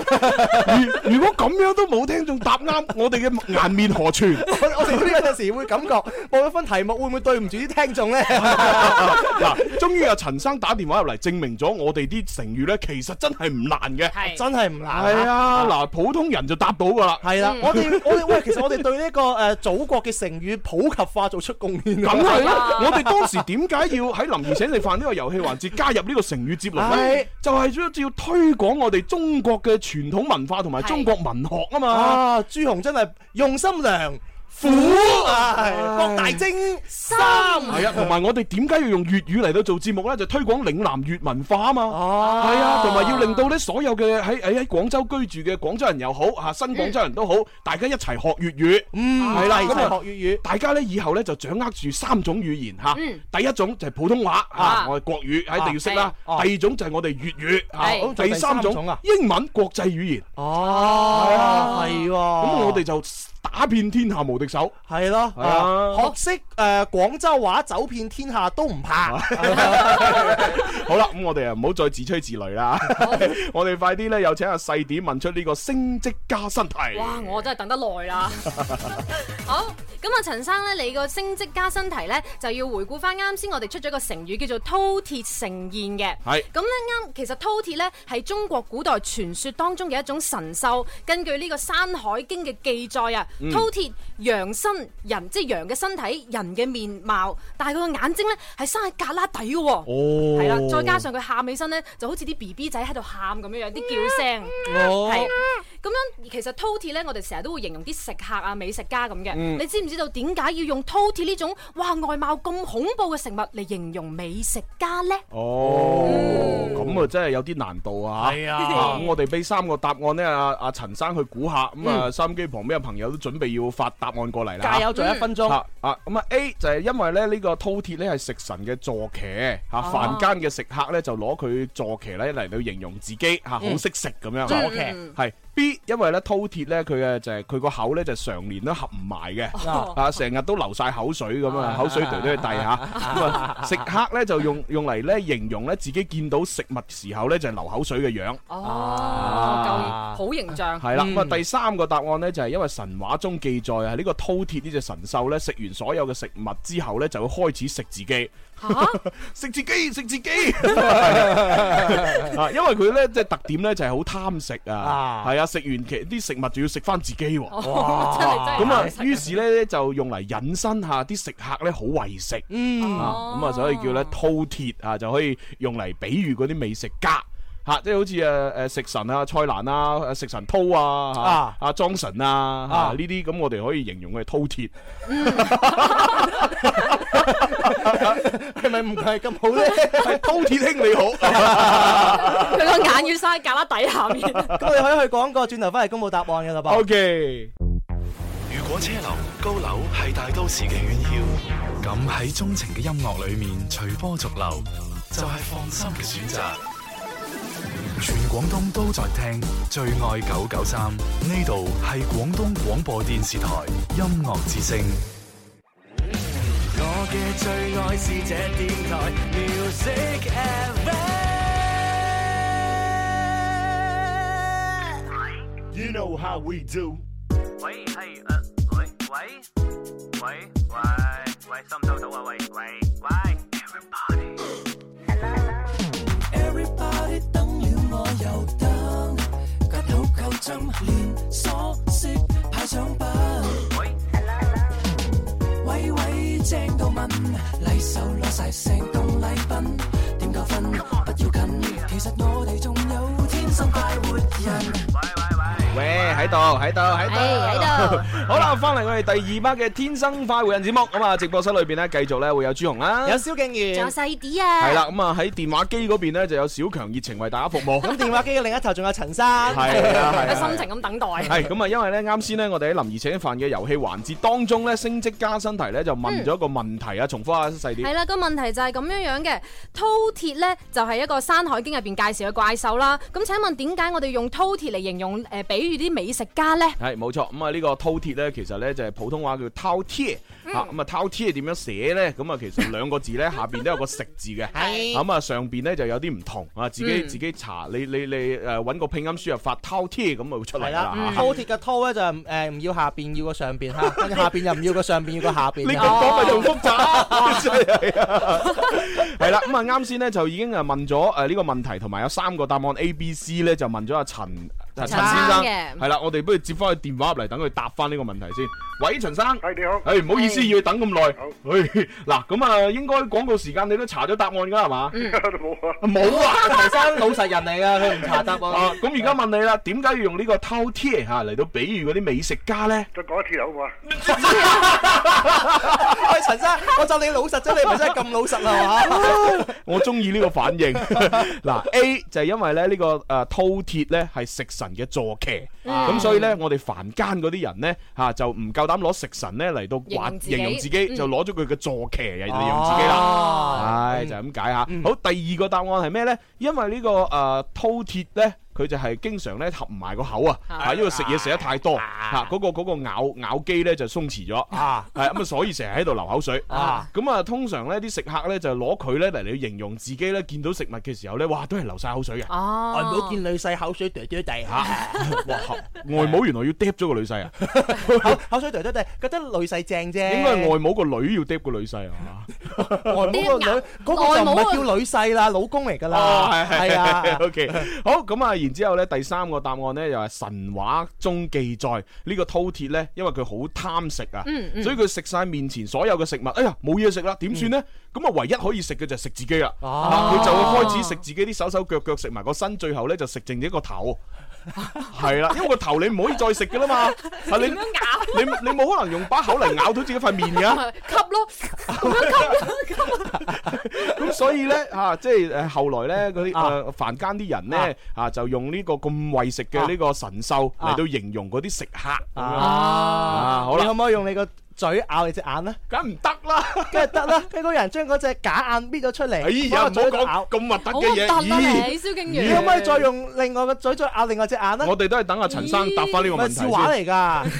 Speaker 5: 如如果咁樣都冇聽眾答啱，我哋嘅顏面何存？
Speaker 6: 我我哋呢個有時會感覺報咗分題目會唔會對唔住啲 聽眾咧？
Speaker 5: 嗱，終於阿陳生打電話入嚟，證明咗我哋啲成語呢，其實真係唔難嘅。
Speaker 8: 係
Speaker 6: 真係唔難
Speaker 5: 係
Speaker 6: 啊！
Speaker 5: 啊，嗱，普通人就答到㗎啦。
Speaker 6: 係啦，我哋我哋喂，其實我哋對呢個誒祖國嘅成語普及化做出貢 獻啊。
Speaker 5: 梗係啦！
Speaker 8: 係
Speaker 5: 我哋當時點解要喺林兒請食飯呢個遊戲環節加入呢個成語接龍
Speaker 6: 係
Speaker 5: 咧？就係要推廣我哋中國嘅傳統文化同埋中國文學啊嘛！
Speaker 6: 啊，朱紅真係用心良苦啊，係博大精深。
Speaker 5: 係啊，同埋我哋點解要用粵語嚟到做節目呢？就推廣嶺南粵文化啊嘛！
Speaker 6: 哦，
Speaker 5: 係啊，同埋要令到呢所有嘅喺喺喺廣州居住嘅廣州人又好啊，新廣州人都好，大家一齊學粵語。
Speaker 6: 嗯，
Speaker 5: 係啦
Speaker 6: 一齊
Speaker 5: 咁啊
Speaker 6: 學粵語。
Speaker 5: 大家咧以後咧就掌握住三種語言嚇，
Speaker 8: 嗯
Speaker 5: 第一種就係普通話嚇，
Speaker 8: 啊
Speaker 5: 我哋國語喺一定要識啦。
Speaker 6: 哦係啊
Speaker 5: 第二種就係我哋粵
Speaker 8: 係
Speaker 5: 語
Speaker 6: 好
Speaker 5: 嚇，
Speaker 6: 就
Speaker 5: 第
Speaker 6: 第
Speaker 5: 三
Speaker 6: 三
Speaker 5: 種
Speaker 6: 種啊
Speaker 5: 英文國際語言。啊
Speaker 6: 哦，係
Speaker 5: 咁
Speaker 6: 喎。
Speaker 5: 我哋就打遍天下無敵手。
Speaker 6: 係咯，
Speaker 5: 係啊
Speaker 6: 啊學識誒廣州話走遍天下都唔怕。
Speaker 5: 好啦，咁我哋啊唔好再自吹自擂啦。 我哋快啲咧有請阿細點問出呢個升職加薪題。
Speaker 8: 哇！我真係等得耐啦。好，咁啊，陳生咧，你個升職加薪題咧，就要回顧翻啱先，我哋出咗個成語叫做饕餮盛宴嘅。
Speaker 5: 係
Speaker 8: 咁咧啱，其實饕餮咧係中國古代傳說當中嘅一種神獸。根據呢個《山海經》嘅記載啊，饕餮羊身人，即係羊嘅身體，人嘅面貌，但係佢個眼睛咧係生喺旮旯底嘅喎。
Speaker 5: 哦
Speaker 8: 係啦，再加上佢喊起身咧，就好似啲 B B 仔喺度喊咁樣樣，啲叫聲
Speaker 6: 哦
Speaker 8: 係。咁樣其實饕餮咧，我哋成日都會形容啲食客啊、美食家咁嘅。
Speaker 5: 嗯
Speaker 8: 你知唔知道點解要用饕餮呢種哇外貌咁恐怖嘅食物嚟形容美食家呢？
Speaker 5: 哦，咁啊真係有啲難度啊！
Speaker 10: 係
Speaker 5: 嚇
Speaker 10: 啊
Speaker 5: 咁，我哋俾三個答案咧，阿阿陳生去估下，咁啊收音機旁邊嘅朋友都準備要發答案過嚟啦。
Speaker 6: 加油，仲有一分鐘。
Speaker 5: 啊啊咁啊 A 就係因為咧呢個饕餮咧係食神嘅坐騎嚇，凡間嘅食客咧就攞佢坐騎咧嚟到形容自己嚇，好識食咁樣。
Speaker 6: 坐騎
Speaker 5: 係 B，因為咧饕餮咧佢嘅就係佢個口咧就常年都合唔埋嘅。
Speaker 6: 啊
Speaker 5: 啊！成日都流晒口水咁啊，
Speaker 6: 啊
Speaker 5: 口水堆堆遞下。咁啊，食客咧就用用嚟咧形容咧自己見到食物時候咧就係流口水嘅樣，
Speaker 8: 哦，
Speaker 6: 啊
Speaker 8: 夠好形象。
Speaker 5: 係啦。
Speaker 6: 嗯
Speaker 5: 咁啊，第三個答案咧就係因為神話中記載啊，呢個饕餮呢只神獸咧食完所有嘅食物之後咧就會開始食自己。食自己，食自己 啊！因為佢咧即係特點咧就係好貪食啊
Speaker 6: 啊，哦
Speaker 5: 係啊，食完其啲食物仲要食翻自己喎。
Speaker 8: 哇！真係真係
Speaker 5: 咁啊，於是咧就用嚟引申下啲食客咧好為食。
Speaker 6: 嗯，
Speaker 5: 啊，咁啊，所以叫咧饕餮啊，就可以用嚟比喻嗰啲美食家。吓，即係好似誒誒食神啊、蔡瀾啊、誒食神饕啊、啊
Speaker 6: 啊
Speaker 5: 啊莊臣啊，
Speaker 6: 啊
Speaker 5: 啊呢啲咁，我哋可以形容佢係饕餮。
Speaker 6: 係咪唔係咁好 咧？
Speaker 5: 係饕餮兄你好，
Speaker 8: 佢個眼要生喺旮旯底 下面。
Speaker 6: 咁我哋可以去廣告，轉頭翻嚟公佈答案嘅啦噃。
Speaker 5: OK。
Speaker 10: 如果車流、高樓係大都市嘅喧囂，咁喺鍾情嘅音樂裏面隨波逐流，就係、放心嘅選擇。全廣東都在聽，最愛九九三，呢度係廣東廣播電視台音樂之聲。
Speaker 3: 我嘅最愛是這電台 Music FM。You know how we do。
Speaker 11: 喂，係誒，
Speaker 1: uh,
Speaker 11: 喂喂喂喂喂，收唔收到啊？喂喂喂，everybody。
Speaker 3: Everybody 等了我又等，個肚扣針連鎖式派獎品。喂喂，正到問，禮手攞晒成棟禮品，點夠分？不要緊，其實我哋仲有天生快活人。
Speaker 5: 喂，喺度，喺度，喺度，
Speaker 6: 哎
Speaker 5: 喺度。 好啦，翻嚟我哋第二 part 嘅天生快活人節目，咁啊，直播室裏邊咧繼續咧會有朱紅啦
Speaker 6: 有，蕭敬
Speaker 8: 仲有
Speaker 6: 元，
Speaker 8: 細啲啊！
Speaker 5: 係啦，咁啊喺電話機嗰邊咧就有小強熱情為大家服務。
Speaker 6: 咁電話機嘅另一頭仲有陳生。
Speaker 5: 係啦，係
Speaker 8: 有
Speaker 5: 啦
Speaker 8: 心情咁等待。
Speaker 5: 系啊咁啊，因為咧啱先咧，我哋喺林兒請飯嘅遊戲環節當中咧，升職加薪題咧就問咗一個問題啊，重複下細
Speaker 8: 係
Speaker 5: 啲。
Speaker 8: 啦，個問題就係咁樣樣嘅。饕餮咧就係一個《山海經》入邊介紹嘅怪獸啦。咁請問點解我哋用饕餮嚟形容誒、呃比喻啲美食家咧？
Speaker 5: 係冇錯，咁啊呢個饕餮咧，其實咧就係普通話叫饕餮啊，咁啊饕餮點樣寫咧？咁啊其實兩個字咧下邊都有個食字嘅，咁啊上邊咧就有啲唔同啊，自己自己查，你你你誒揾個拼音輸入法饕餮咁啊會出嚟
Speaker 6: 係
Speaker 5: 㗎
Speaker 6: 啦，
Speaker 5: 啦。嚇
Speaker 6: 饕餮嘅饕咧就係誒唔要下邊，要個上邊 嚇，跟住下邊又唔要個上邊，要個下邊。
Speaker 5: 你咁講咪仲複雜，真係啊！係啦，咁啊啱先咧就已經啊問咗誒呢個問題，同埋有三個答案 A、B、C 咧就問咗阿陳陳先生
Speaker 8: 嘅
Speaker 5: 係啦，我哋不如接翻佢電話入嚟，等佢答翻呢個問題先。喂，陳生，
Speaker 9: 係你好，
Speaker 5: 誒唔好意思要等咁耐
Speaker 9: 好，
Speaker 5: 誒嗱咁啊應該廣告時間你都查咗答案㗎係嘛？
Speaker 6: 嗯
Speaker 9: 冇啊，
Speaker 5: 冇啊！
Speaker 6: 陳生老實人嚟㗎，佢唔查答
Speaker 5: 啊
Speaker 6: 案。
Speaker 5: 咁而家問你啦，點解要用呢個饕餮嚇嚟到比喻嗰啲美食家咧？
Speaker 9: 再講一次好嘛？
Speaker 6: 喂，陳生，我就你老實啫，你咪真係咁老實啦 嚇。
Speaker 5: 我中意呢個反 應。嗱 A 就係因為咧呢個誒饕餮咧係食神嘅坐騎，
Speaker 8: 嗯
Speaker 5: 咁所以咧我哋凡間嗰啲人咧嚇就唔夠膽攞食神咧嚟到話
Speaker 8: 形容自己嗯
Speaker 5: 形容自己，就攞咗佢嘅坐騎嚟形容自己啦。
Speaker 8: 哦
Speaker 6: 啦
Speaker 5: 唉，
Speaker 8: 嗯
Speaker 5: 就係咁解嚇。好，第二個答案係咩咧？因為呢個誒饕餮咧。佢就係經常咧合唔埋個口啊，啊，因為食嘢食得太多
Speaker 8: 啊
Speaker 5: 嚇，嗰個嗰個咬咬肌咧就鬆弛咗，
Speaker 6: 啊
Speaker 5: 係咁啊，所以成日喺度流口水。
Speaker 6: 啊
Speaker 5: 咁啊，通常咧啲食客咧就攞佢咧嚟嚟形容自己咧見到食物嘅時候咧，哇都係流晒口水嘅。
Speaker 8: 哦，
Speaker 6: 外母見女婿口水嗲嗲地
Speaker 5: 嚇
Speaker 6: 嚇，
Speaker 5: 哇合外母原來要嗒咗個女婿啊，
Speaker 6: 口口水嗲嗲地，覺得女婿正啫。
Speaker 5: 應該係 外母個女要嗒個女婿啊。
Speaker 6: 外母個女，嗰個就唔係叫女婿啦，老公嚟㗎
Speaker 5: 哦，
Speaker 6: 啦。
Speaker 5: 係係
Speaker 6: 係
Speaker 5: 係
Speaker 6: 啊。
Speaker 5: ，OK，好咁啊，然之後咧，第三個答案咧又係神話中記載呢個饕餮咧，因為佢好貪食啊，所以佢食晒面前所有嘅食物，哎呀冇嘢食啦，點算呢？咁啊，唯一可以食嘅就係食自己啦，
Speaker 6: 哦
Speaker 5: 啊佢就會開始食自己啲手手腳腳，食埋個身，最後咧就食剩咗個頭。係啦，因為個頭你唔可以再食噶啦嘛，係你
Speaker 8: 點樣咬
Speaker 5: 你你冇可能用把口嚟咬到自己塊面噶，
Speaker 8: 吸咯，
Speaker 5: 咁所以咧啊，即係誒後來咧嗰啲誒凡間啲人咧啊，就用呢個咁餵食嘅呢個神獸
Speaker 6: 啊
Speaker 5: 嚟到形容嗰啲食客咁樣啊，
Speaker 6: 啊
Speaker 5: 好
Speaker 6: 你
Speaker 5: 啦
Speaker 6: 可唔。可以用你個嘴咬你隻眼咧？
Speaker 5: 梗唔得啦，
Speaker 6: 梗係得啦。跟住嗰個人將嗰隻假眼搣咗出嚟，
Speaker 5: 哎呀，唔好講咁核突嘅嘢。咦
Speaker 6: 你可唔可以再用另外個嘴再咬另外隻眼咧？
Speaker 5: 我哋都係等阿陳生答翻呢個問題
Speaker 6: 笑話嚟㗎，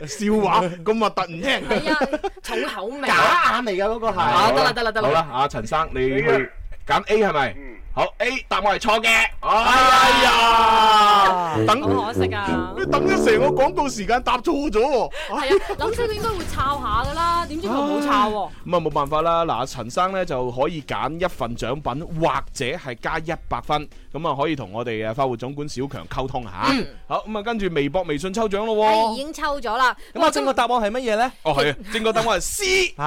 Speaker 5: 㗎，笑話咁核突唔聽。
Speaker 8: 重口味。
Speaker 6: 假眼嚟㗎嗰個
Speaker 5: 好
Speaker 6: 係。
Speaker 8: 得啦得啦得啦
Speaker 5: 好啦，阿陳生，你去揀 A 係咪？好 A 答案係錯嘅。哎呀，等
Speaker 8: 好可惜啊！
Speaker 5: 你等咗成個廣告時間答錯咗喎。
Speaker 8: 係啊，諗住佢應該會抄下噶啦，點知佢冇抄喎。
Speaker 5: 咁啊冇辦法啦，嗱，阿陳生呢就可以揀一份獎品，或者係加一百分，咁啊可以同我哋嘅快活總管小強溝通下。
Speaker 8: 嗯
Speaker 5: 好，咁啊跟住微博、微信抽獎咯
Speaker 8: 哎已
Speaker 5: 喎。
Speaker 8: 經抽咗啦。
Speaker 6: 咁啊，正確答案係乜嘢咧？
Speaker 5: 哦係啊，正確答案係 C。
Speaker 6: 係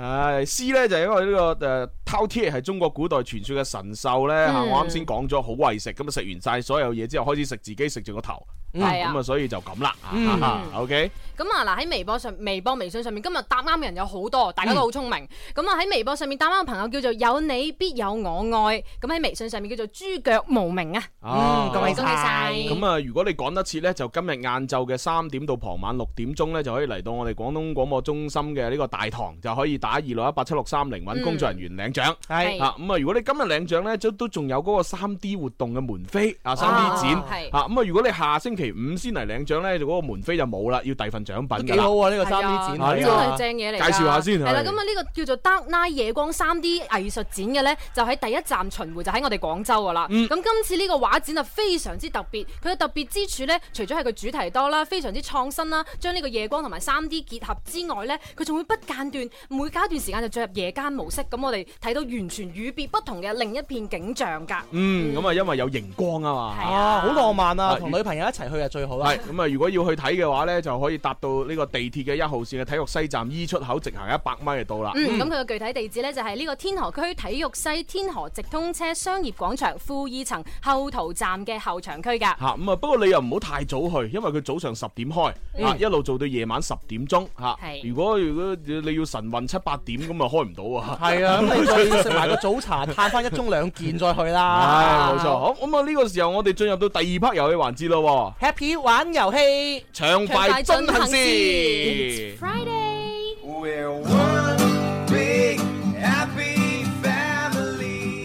Speaker 8: 啊
Speaker 5: 唉，C 咧就係因為呢個誒饕餮係中國古代傳說嘅神獸咧嚇，
Speaker 8: 嗯
Speaker 5: 我啱先講咗好餵食，咁啊食完晒所有嘢之後開始食自己食住個頭，
Speaker 8: 嗯
Speaker 5: 啊
Speaker 8: 係啊
Speaker 5: 咁啊所以就咁啦
Speaker 8: 嗯
Speaker 5: 啊，OK，
Speaker 8: 咁啊嗱喺微博上、微博、微信上面，今日答啱嘅人有好多，大家都好聰明。咁啊喺微博上面答啱嘅朋友叫做有你必有我愛，咁喺微信上面叫做豬腳無名啊。
Speaker 5: 啊
Speaker 6: 恭喜
Speaker 8: 恭喜晒
Speaker 5: 咁啊，如果你趕得切呢，就今日晏晝嘅三點到傍晚六點鐘呢，就可以嚟到我哋廣東廣播中心嘅呢個大堂，就可以打二六一八七六三零
Speaker 8: 嗯
Speaker 5: 揾工作人員領獎。
Speaker 6: 係
Speaker 5: 啊，咁啊，如果你今日領獎呢，都都仲有嗰個三 D 活動嘅門飛啊，三
Speaker 8: 啊
Speaker 5: D 展
Speaker 8: 係
Speaker 5: 啊，咁啊，如果你下星期五先嚟領獎呢，就嗰個門飛就冇啦，要第二份獎
Speaker 6: 都
Speaker 5: 品
Speaker 6: 幾
Speaker 5: 㗎啦
Speaker 6: 好。啊！呢個三 D 展
Speaker 8: 係啊
Speaker 5: 啊呢
Speaker 8: 真
Speaker 5: 個
Speaker 8: 係正嘢嚟㗎。
Speaker 5: 介紹下先
Speaker 8: 係啦，
Speaker 5: 係
Speaker 8: 咁啊呢個叫做 Dark Night 夜光三 D 藝術展嘅呢，就喺第一站巡迴，就喺我哋廣州噶啦。
Speaker 5: 嗯
Speaker 8: 咁今次呢個畫展啊非常之特別，佢嘅特別之處呢，除咗係佢主題多啦，非常之創新啦，將呢個夜光同埋三 D 結合之外呢，佢仲會不間斷，每隔一段時間就進入夜間模式，咁我哋睇到完全與別不同嘅另一片景象㗎。
Speaker 5: 嗯，咁啊，因為有熒光啊嘛。
Speaker 8: 係
Speaker 6: 啊，好浪漫啊！
Speaker 5: 啊
Speaker 6: 同女朋友一齊去就最好啦
Speaker 5: 係。咁啊！如果要去睇嘅話呢，就可以搭到呢個地鐵嘅一號線嘅體育西站 E 出口，直行一百米就到啦。
Speaker 8: 嗯，咁佢嘅具體地址呢，就係呢個天河區體育西天河直通車商業廣場負二層後桃站嘅後場區㗎。
Speaker 5: 吓咁啊！不過你又唔好太早去，因為佢早上十點開，啊一路做到夜晚十點鐘吓。
Speaker 8: 係
Speaker 5: 如果如果你要晨運七八點咁啊，開唔到啊。
Speaker 6: 係啊，咁你再食埋個早茶，嘆翻一盅兩件再去啦。
Speaker 5: 唉，冇錯。好咁啊！呢個時候我哋進入到第二 part 遊戲環節咯
Speaker 6: Happy 玩遊戲。
Speaker 5: 喎，暢快進行時
Speaker 8: It's。Friday。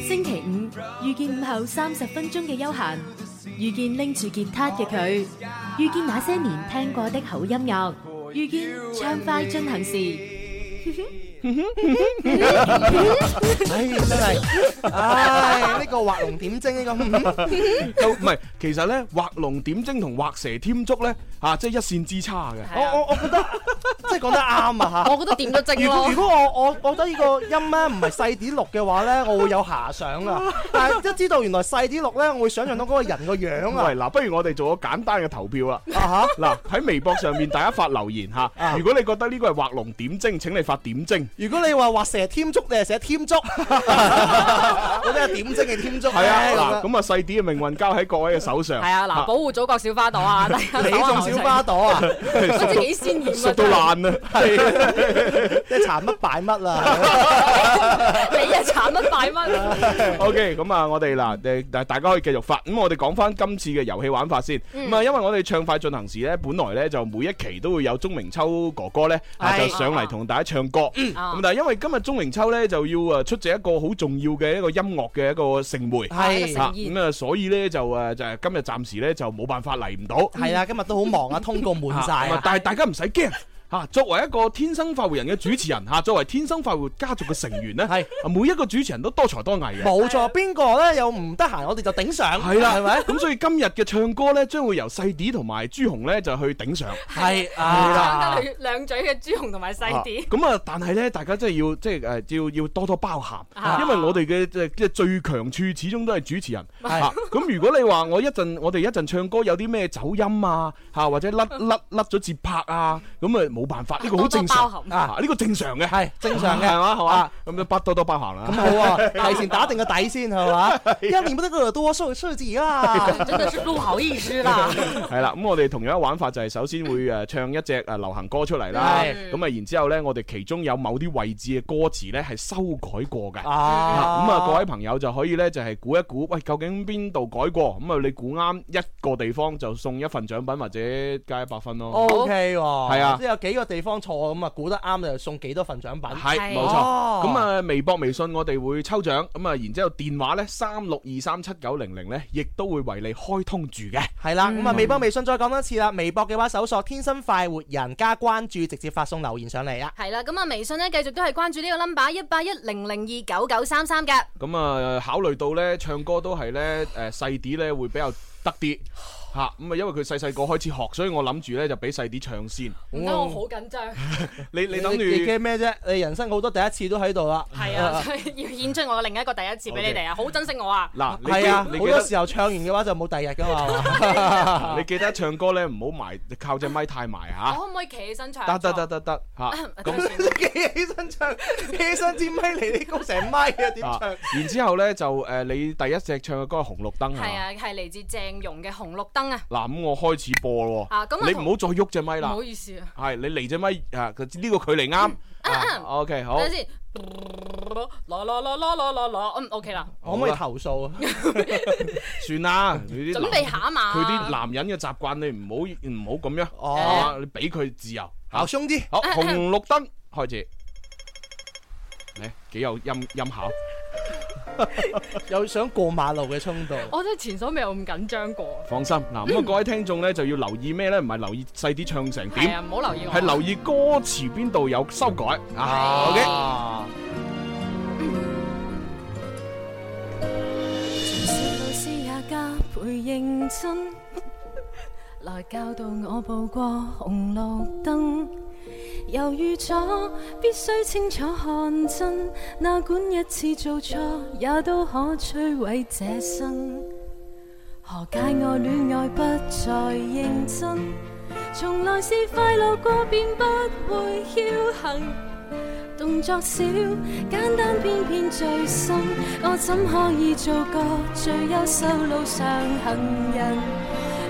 Speaker 12: 星期五遇見午後三十分鐘嘅悠閒，遇見拎住吉他嘅佢，遇見那些年聽過的好音樂，遇見暢快進行時。
Speaker 6: 唉，真係，唉，呢個畫龍點睛 呢個，嗯
Speaker 5: 就哦唔係，其實咧畫龍點睛同畫蛇添足咧吓，即係一線之差嘅。
Speaker 6: 我我我覺得即係講得啱啊嚇。
Speaker 8: 我覺得點咗精
Speaker 6: 如果
Speaker 8: 咯
Speaker 6: 如。果我我我覺得呢個音咧唔係細啲錄嘅話咧，我會有遐想啊。但係一知道原來細啲錄咧，我會想像到嗰個人個樣啊
Speaker 5: 喂，。嗱，不如我哋做個簡單嘅投票啦。
Speaker 6: 啊
Speaker 5: 嗱，喺微博上面大家發留言吓，如果你覺得呢個係畫龍點睛，請你發點睛。
Speaker 6: 如果你話畫蛇添足，你係寫 添足，我都係點睛嘅添足。
Speaker 5: 係啊，嗱，
Speaker 6: 咁
Speaker 5: 咁啊細啲嘅命運交喺各位嘅手上。
Speaker 8: 係啊， 嗱，保護祖國小花朵 啊，大家
Speaker 6: 你種小花 朵啊，
Speaker 8: 朵，真係幾鮮豔啊！
Speaker 5: 熟到爛啊！
Speaker 6: 即係殘乜敗乜啦。
Speaker 8: 真係，你啊慘乜敗乜？
Speaker 5: OK，咁啊，我哋嗱誒，大大家可以繼續發。咁我哋講翻今次嘅遊戲玩法先。咁啊，因為我哋暢快進行時咧，本來咧就每一期都會有鐘明秋哥哥咧，啊
Speaker 6: 係
Speaker 5: 就上嚟同大家唱歌。咁但係因為今日鐘明秋咧就要啊出席一個好重要嘅一個音樂嘅一個盛會。
Speaker 8: 係
Speaker 5: 啊
Speaker 8: 盛宴
Speaker 5: 咁啊，所以咧就誒就係今日暫時咧就冇辦法嚟唔到。
Speaker 6: 係啊，今日都好忙啊，通告滿晒
Speaker 5: 啊咁啊
Speaker 6: 啊。
Speaker 5: 但係大家唔使驚。嚇，作為一個天生快活人嘅主持人嚇，作為天生快活家族嘅成員咧，
Speaker 6: 係
Speaker 5: 啊每一個主持人都多才多藝嘅。
Speaker 6: 冇錯，邊個咧又唔得閒，我哋就頂上，
Speaker 5: 係啦，
Speaker 6: 係咪？
Speaker 5: 咁所以今日嘅唱歌咧，將會由細啲同埋朱紅咧就去頂上。
Speaker 6: 係
Speaker 8: 爭
Speaker 6: 啊
Speaker 8: 得，佢兩嘴嘅朱紅同埋細啲，
Speaker 5: 咁啊，但係咧，大家真係要即係誒，要要多多包涵，
Speaker 8: 啊
Speaker 5: 因為我哋嘅即係即係最強處始終都係主持人。
Speaker 6: 係
Speaker 5: 啊咁如果你話我一陣我哋一陣唱歌有啲咩走音啊，嚇或者甩甩甩咗節拍啊，咁啊冇冇辦法，呢個好正
Speaker 6: 嗯
Speaker 5: 常
Speaker 6: 多多包涵
Speaker 5: 啊，呢個正常嘅，係
Speaker 6: 正 常嘅啊
Speaker 5: 係嘛，係嘛，咁就不多多包涵啦。
Speaker 6: 咁 好啊，提前打定個底先係嘛，
Speaker 5: 啊
Speaker 6: 要你們的耳朵受刺激啊！
Speaker 13: 真的是不好意思 啦。
Speaker 5: 係啦，咁我哋同樣玩法就係首先會誒唱一隻誒流行歌出嚟啦，
Speaker 6: 係
Speaker 5: 咁啊然之後咧，我哋其中有某啲位置嘅歌詞咧係修改過嘅，
Speaker 6: 啊
Speaker 5: 咁啊各位朋友就可以咧就係估一估，喂究竟邊度改過？咁啊你估啱一個地方就送一份獎品或者加一百分咯。
Speaker 6: O K 喎，
Speaker 5: 係啊
Speaker 6: 即係有幾個地方錯咁啊，估得啱就送幾多份獎品，
Speaker 5: 係冇
Speaker 8: 哦
Speaker 5: 錯，咁啊微博、微信我哋會抽獎，咁啊然之後電話咧三六二三七九零零咧，亦都會為你開通住嘅。
Speaker 6: 係啦，咁啊微博、微信再講多次啦，微博嘅話搜索天生快活人加關注，直接發送留言上嚟啦。
Speaker 8: 係啦，咁啊，微信咧繼續都係關注呢個 number 一八一零零二九九三三嘅。
Speaker 5: 咁啊，考慮到咧唱歌都係咧誒細啲咧會比較得 啲嚇，咁啊因為佢細細個開始學，所以我諗住咧就俾細啲唱先。
Speaker 8: 唔得，我好緊張，
Speaker 5: 你你等住
Speaker 6: 你驚咩啫？你人生好多第一次都喺度啦。
Speaker 8: 係啊，所以要獻出我另一個第一次俾你哋啊，好珍惜我啊！
Speaker 5: 嗱，你
Speaker 6: 係啊，
Speaker 5: 記你
Speaker 6: 好
Speaker 5: 記
Speaker 6: 多
Speaker 5: 得
Speaker 6: 時候唱完嘅話就冇第二日噶嘛。
Speaker 5: 你記得唱歌咧唔好埋靠隻咪太埋
Speaker 8: 我啊
Speaker 5: 嚇。
Speaker 8: 可唔可以企起身唱？啊
Speaker 5: 得得得得得 嚇，咁
Speaker 6: 企起身唱，企起身支咪嚟，你高成咪啊？ 點
Speaker 5: 啊
Speaker 6: 唱？，
Speaker 5: 然之後咧就誒你第一隻唱嘅歌係紅綠燈係嘛
Speaker 8: 係啊，係嚟自鄭融嘅《紅綠燈》啊。
Speaker 5: 嗱，咁我開始播咯
Speaker 8: 啊咁啊
Speaker 5: 喎，你唔好再喐隻咪
Speaker 8: 唔
Speaker 5: 啦。
Speaker 8: 好意思啊。
Speaker 5: 係你離隻咪啊，佢呢個距離啱。啊 OK，好
Speaker 8: 等。陣先，啦啦啦啦啦啦啦，嗯，OK 啦，
Speaker 5: 可唔可以
Speaker 6: 投 訴啊？
Speaker 5: 算啦，你啲
Speaker 8: 準備下嘛。
Speaker 5: 佢啲男人嘅習慣，你唔好唔好咁樣。
Speaker 6: 哦
Speaker 5: 啊，你俾佢自由。
Speaker 6: 好兄弟，
Speaker 5: 好紅綠燈開始。嚟，幾有音音效。
Speaker 6: 有想過馬路嘅衝動。
Speaker 8: 我真係前所未有咁緊張過。
Speaker 5: 放心，嗱咁啊，各位聽眾咧就要留意咩咧？唔係留意細啲唱成
Speaker 8: 係
Speaker 5: 點，
Speaker 8: 啊唔好留意我
Speaker 5: 係留意歌詞邊度有修改啊。OK。
Speaker 13: 從小老師也加倍認真，來教導我步過紅綠燈。猶豫咗，必須清楚看真，哪管一次做錯，也都可摧毀這生。何解我戀愛不再認真？從來是快樂過，便不會僥倖。動作少，簡單偏偏最深。我怎可以做個最優秀路上行人？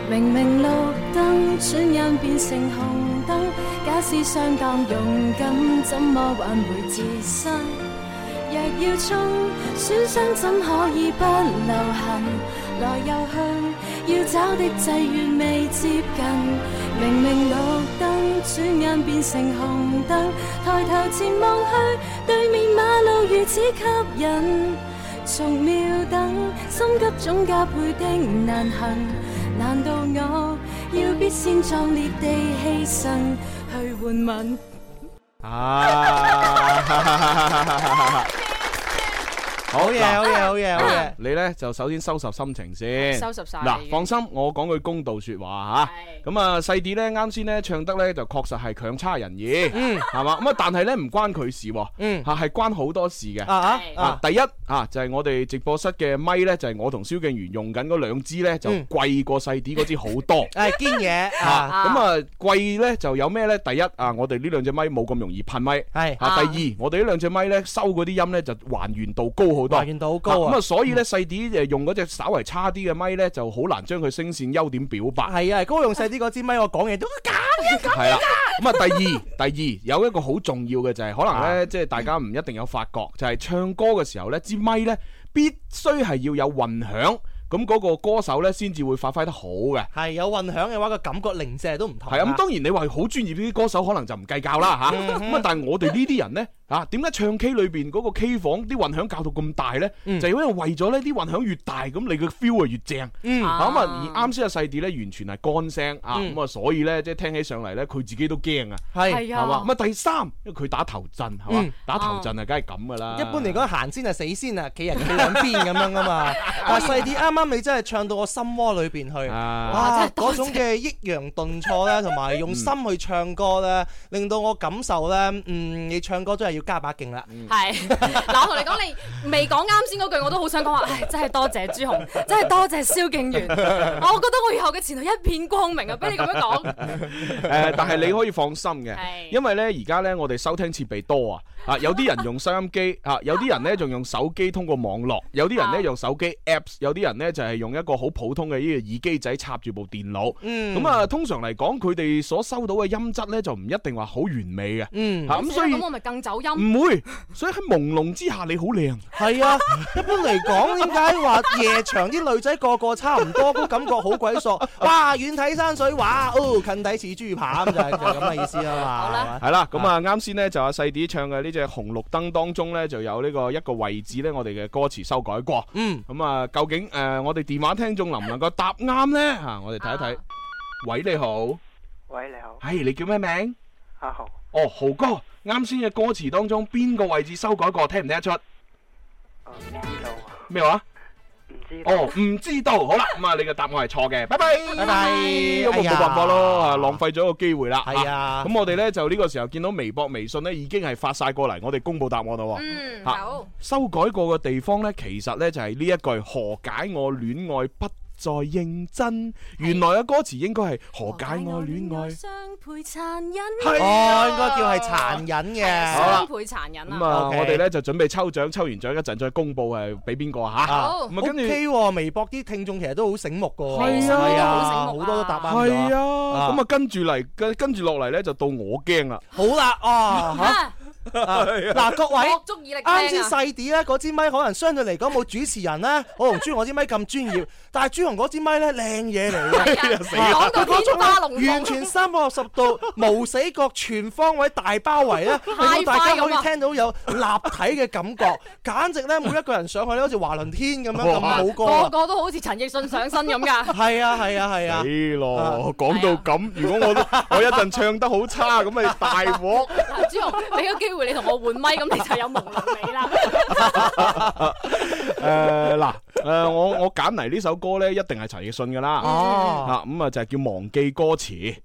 Speaker 13: 明明綠燈，轉眼變成紅燈。假使相當勇敢，怎麼挽回自身？若要衝，損傷怎可以不留痕？來又去，要找的際遇未接近。明明綠燈，轉眼變成紅燈。抬頭前望去，對面馬路如此吸引。逐秒等，心急總加倍的難行。難道我要必先壯烈地犧牲去換吻？
Speaker 5: 啊！好
Speaker 6: 嘢好嘢好嘢好嘢！
Speaker 5: 啊你呢就首先收拾心情先，
Speaker 6: 收拾晒啦
Speaker 5: 嗱，
Speaker 6: 已經
Speaker 5: 放心，我講句公道說話吓。咁啊，細啲呢啱先呢唱得呢就確實係強差人意，
Speaker 6: 嗯，
Speaker 5: 係嘛。咁啊，但係呢唔關佢事喎，
Speaker 6: 嗯，
Speaker 5: 吓係關好多事嘅。
Speaker 6: 啊啊啊
Speaker 5: 第一啊就係我哋直播室嘅咪呢，就係我同蕭敬元用緊嗰兩支呢，就
Speaker 6: 嗯
Speaker 5: 貴過細啲嗰支好多。
Speaker 6: 誒堅嘢
Speaker 5: 啊，
Speaker 6: 啊！
Speaker 5: 咁啊貴咧就有咩咧？第一啊，我哋呢兩隻咪冇咁容易噴咪，
Speaker 6: 係
Speaker 5: 啊。第二，我哋呢兩隻咪咧收嗰啲音咧就還原度高好多，
Speaker 6: 還原度好高啊
Speaker 5: 咁啊，所以咧細啲誒用嗰隻稍為差啲嘅咪咧，就好難將佢聲線優點表白。
Speaker 6: 係啊，高用細啲嗰支咪，我講嘢都假嘅，咁
Speaker 5: 係啦，咁啊第二 第二有一個好重要嘅就係可能
Speaker 6: 啊
Speaker 5: 咧，即係大家唔一定有發覺，就係唱歌嘅時候咧，支咪咧必須係要有混響，咁嗰個歌手咧先至會發揮得好嘅。
Speaker 6: 係有混響嘅話，個感覺零舍都唔同。嗯
Speaker 5: 係啊，咁當然你話好專業啲歌手可能就唔計較啦嚇，咁啊但係我哋呢啲人呢，啊點解唱 K 裏邊嗰個 K 房啲混響教到咁大呢？就因為為咗呢啲混響越大，咁你嘅 feel 啊越正，
Speaker 6: 嗯
Speaker 5: 啊咁啊而啱先嘅細啲呢，完全係乾聲啊，咁啊所以呢，即係聽起上嚟呢，佢自己都驚啊，
Speaker 6: 係
Speaker 5: 係嘛，咁啊第三，因為佢打頭陣係嘛
Speaker 6: 嗯，
Speaker 5: 打頭陣啊梗係咁噶啦，
Speaker 6: 一 般嚟講，行先係死先啊，企人企兩邊咁樣噶嘛。但係細啲啱啱你真係唱到我心窩裏邊去，
Speaker 5: 啊
Speaker 6: 哇！嗰種嘅抑揚 頓挫咧，同埋用心去唱歌咧，令到我感受咧，嗯，你唱歌真係要加把勁啦。
Speaker 8: 係嗱，我同你講，你未講啱先嗰句，我都好想講話，唉，真係多 謝朱紅，真係多謝蕭敬元，我覺得我以後嘅前途一片光明啊！俾你咁樣講，
Speaker 5: 誒，但係你可以放心嘅，因為咧而家咧我哋收聽設備多啊， 啊有啲人用收音機，啊有啲人咧仲用手機通過網絡，有啲人咧用手機 Apps，有啲人咧就係用一個好普通嘅呢個耳機仔插住部電腦。
Speaker 6: 嗯
Speaker 5: 咁啊，通常嚟講，佢哋所收到嘅音質咧就唔一定話好完美嘅。啊
Speaker 6: 嗯
Speaker 5: 嚇咁所以
Speaker 8: 咁我咪更走音。
Speaker 5: 唔會，所以喺朦朧之下你好靚。
Speaker 6: 係啊，一般嚟講，點解話夜場啲女仔個個差唔多，都感覺好鬼索？ 哇，遠睇山水畫，哦，近睇似豬扒咁就係就係咁嘅意 思
Speaker 4: à.
Speaker 6: 啊嘛。
Speaker 5: 系啦，咁啊，啱先呢，就阿細啲唱嘅呢只《紅綠燈》當中呢，就有呢個一個位置呢，我哋嘅歌詞修改過。
Speaker 6: 嗯，
Speaker 5: 咁啊，究竟诶、呃我哋電話聽眾能唔能夠答啱呢？吓、我哋睇一睇。喂，你好，
Speaker 14: 喂，你好，
Speaker 5: 係你叫咩名？
Speaker 14: 阿豪，
Speaker 5: 哦，豪哥，啱先嘅歌詞當中邊個位置修改過？聽唔聽得出？
Speaker 14: 我唔知道啊，
Speaker 5: 咩話？
Speaker 14: 唔知道
Speaker 5: 哦，唔知道，好啦，咁啊，你嘅答案係錯嘅，拜拜，
Speaker 6: 拜拜
Speaker 5: 咁啊
Speaker 6: 哎呀
Speaker 5: 冇辦法咯，啊浪費咗個機會啦。
Speaker 6: 係啊
Speaker 5: 咁我哋咧就呢個時候見到微博、微信咧已經係發晒過嚟，我哋公佈答案啦喎。
Speaker 8: 嗯，
Speaker 5: 嚇
Speaker 8: 好。
Speaker 5: 修改過嘅地方咧，其實咧就係呢一句何解我戀愛不再認真，原來嘅歌詞應該係何解我戀愛。
Speaker 13: 相陪殘忍，
Speaker 6: 哦，應該叫係殘忍嘅。
Speaker 8: 雙倍殘忍
Speaker 5: 咁啊，
Speaker 8: 啊！
Speaker 5: 我哋咧就準備抽獎，抽完獎一陣再公佈係俾邊個嚇。
Speaker 6: 啊
Speaker 5: 咁啊，跟住。
Speaker 6: OK 喎，微博啲聽眾其實都好醒目噶，
Speaker 5: 係啊
Speaker 6: 係
Speaker 5: 好醒目啊
Speaker 6: 好多都答啱咗。
Speaker 5: 係啊，咁啊跟住嚟，跟跟住落嚟咧就到我驚啦。
Speaker 6: 好啦， 啊嚇啊嗱，各位
Speaker 8: 足以力聽啊
Speaker 6: 啱先細啲咧，嗰支咪可能相對嚟講冇主持人啊 哦咧，我同朱紅嗰支咪咁專業，但係朱紅嗰支咪咧靚嘢嚟嘅
Speaker 8: 係啊，死啦
Speaker 6: 啊
Speaker 8: 講
Speaker 6: 嗰
Speaker 8: 到
Speaker 6: 種
Speaker 8: 天花龍
Speaker 6: 呢
Speaker 8: 鳳
Speaker 6: 完全三百六十 度無死角全方位大包圍咧，令到大家
Speaker 8: 啊
Speaker 6: 可以聽到有立體嘅感 覺，簡直咧每一個人上去咧好似華倫天咁樣咁好歌
Speaker 8: 個
Speaker 6: 啊。
Speaker 8: 個都好似陳奕迅上身咁 噶。
Speaker 6: 係啊係啊係啊！哎
Speaker 5: 死咯，講到咁，如果 我都我一陣唱得好差，咁咪大鑊。
Speaker 8: 嗱，朱紅，俾個機會你同我換咪，咁你就 有朦朧美啦。
Speaker 5: 誒嗱， 誒我我揀嚟呢首歌咧，一定係陳奕迅噶啦。
Speaker 6: 哦
Speaker 5: 啊咁啊就係叫忘記歌詞。啊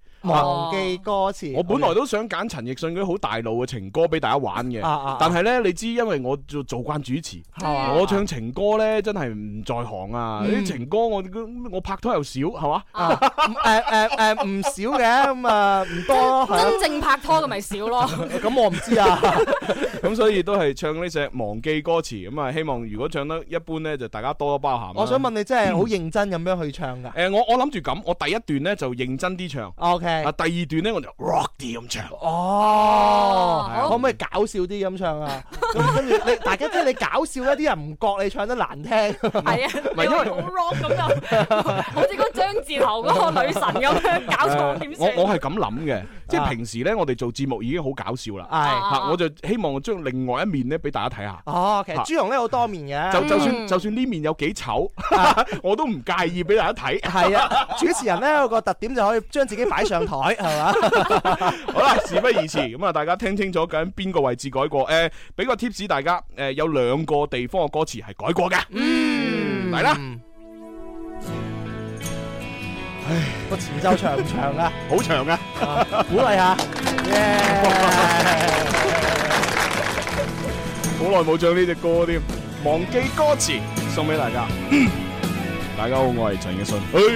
Speaker 6: 忘記歌詞，
Speaker 5: 我本來都想揀陳奕迅嗰啲好大路嘅情歌俾大家玩嘅
Speaker 6: 啊啊啊，
Speaker 5: 但係呢，你知因為我做做慣主持，
Speaker 6: 嘛
Speaker 5: 我唱情歌呢真係唔在行啊！
Speaker 6: 嗯啊
Speaker 5: 啲情歌我我拍拖又少，係嘛？
Speaker 6: 誒誒誒唔少嘅咁啊，唔多係啊
Speaker 8: 真正拍拖嘅咪少咯。
Speaker 6: 咁我唔知啊。
Speaker 5: 咁所以都係唱呢隻忘記歌詞咁啊，希望如果唱得一般呢，就大家多多包涵啦。
Speaker 6: 我想問你真係
Speaker 8: 嗯
Speaker 6: 好認真咁樣去唱㗎
Speaker 5: 誒，我我諗住咁，我第一段呢就認真啲唱，
Speaker 6: ？OK，
Speaker 5: 啊第二段呢我就 rock 啲咁唱。
Speaker 6: 哦
Speaker 5: 係啊，
Speaker 6: 可唔可以搞笑啲咁唱啊？咁跟住你大家聽你搞笑咧，啲人唔覺你唱得難聽。係
Speaker 8: 啊，
Speaker 5: 唔係因為
Speaker 8: 好 rock 咁就，好似嗰張字頭嗰個女神咁 樣搞錯點算？
Speaker 5: 我我係咁諗嘅，即係平時咧，我哋做節目已經好搞笑啦。
Speaker 6: 啊係啊
Speaker 5: 嚇我就希望將另外一面咧俾大家睇下。
Speaker 6: 哦，其實朱紅咧嗯好多面嘅，
Speaker 5: 就就算就算呢面有幾醜， 我都唔介意俾大家睇。
Speaker 6: 啊 係啊，主持人咧有個特點就可以將自己擺上台， 係嘛？
Speaker 5: 好啦，事不宜遲，咁啊，大家聽清楚究竟邊個位置改過？誒，俾個 tips 大家，誒有兩個地方嘅歌詞係改過嘅。嗯，嚟啦，
Speaker 6: 個前奏長唔長啊？
Speaker 5: 好長啊！
Speaker 6: 鼓勵下，
Speaker 5: 好耐冇唱呢只歌添，忘記歌詞送俾大家。大家好，我係陳奕迅。哎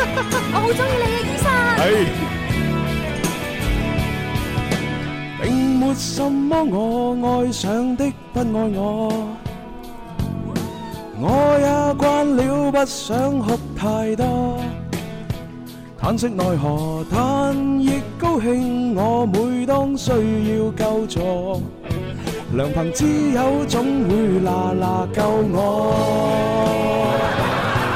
Speaker 13: 我好中意你啊，醫生。
Speaker 5: 哎
Speaker 1: 並沒什麼我愛上的不愛我，我也慣了不想哭太多。嘆息奈何，但亦高興。我每當需要救助，良朋知友總會嗱嗱救我。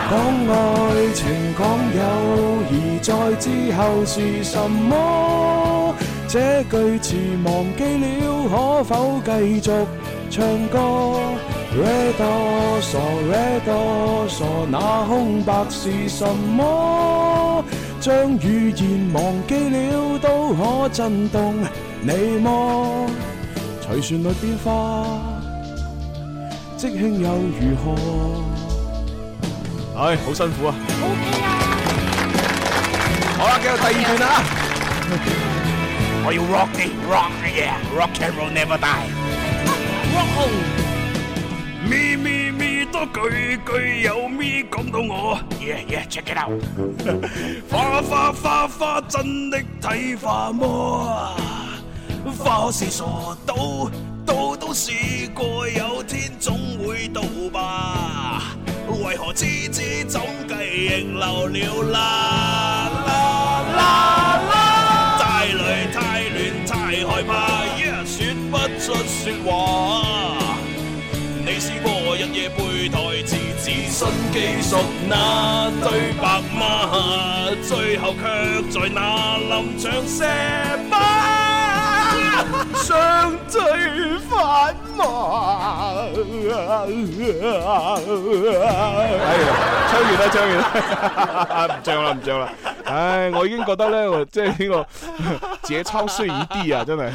Speaker 1: 當愛情講友誼，在之後是什麼？這句詞忘記了，可否繼續唱歌？Red 多傻，Red 多傻，那空白是什麼？將語言忘記了，都可震動你麼？隨旋律變化，即興又如何？
Speaker 5: 唉，好辛苦啊！好啦，繼續第二段啦。
Speaker 1: 我要 rock 啲 rock 嘅嘢，rock and roll never die。rock 紅，咪咪咪多句句有咪講到我，yeah yeah check it out。花花花花真的睇花麼？花是傻到到都試過，有天總會到吧？為何知知怎計仍留了啦啦啦啦？太累太亂太害怕，一説不出説話。你試過日夜背台詞，自身技術那對白嗎？最後卻在那臨場射吧，相對反麻。
Speaker 6: 哎
Speaker 5: 唱完啦，唱完啦， 唔唱啦，唔唱啦。唉，我已經覺得咧，我即係呢個節操雖然啲啊，真係。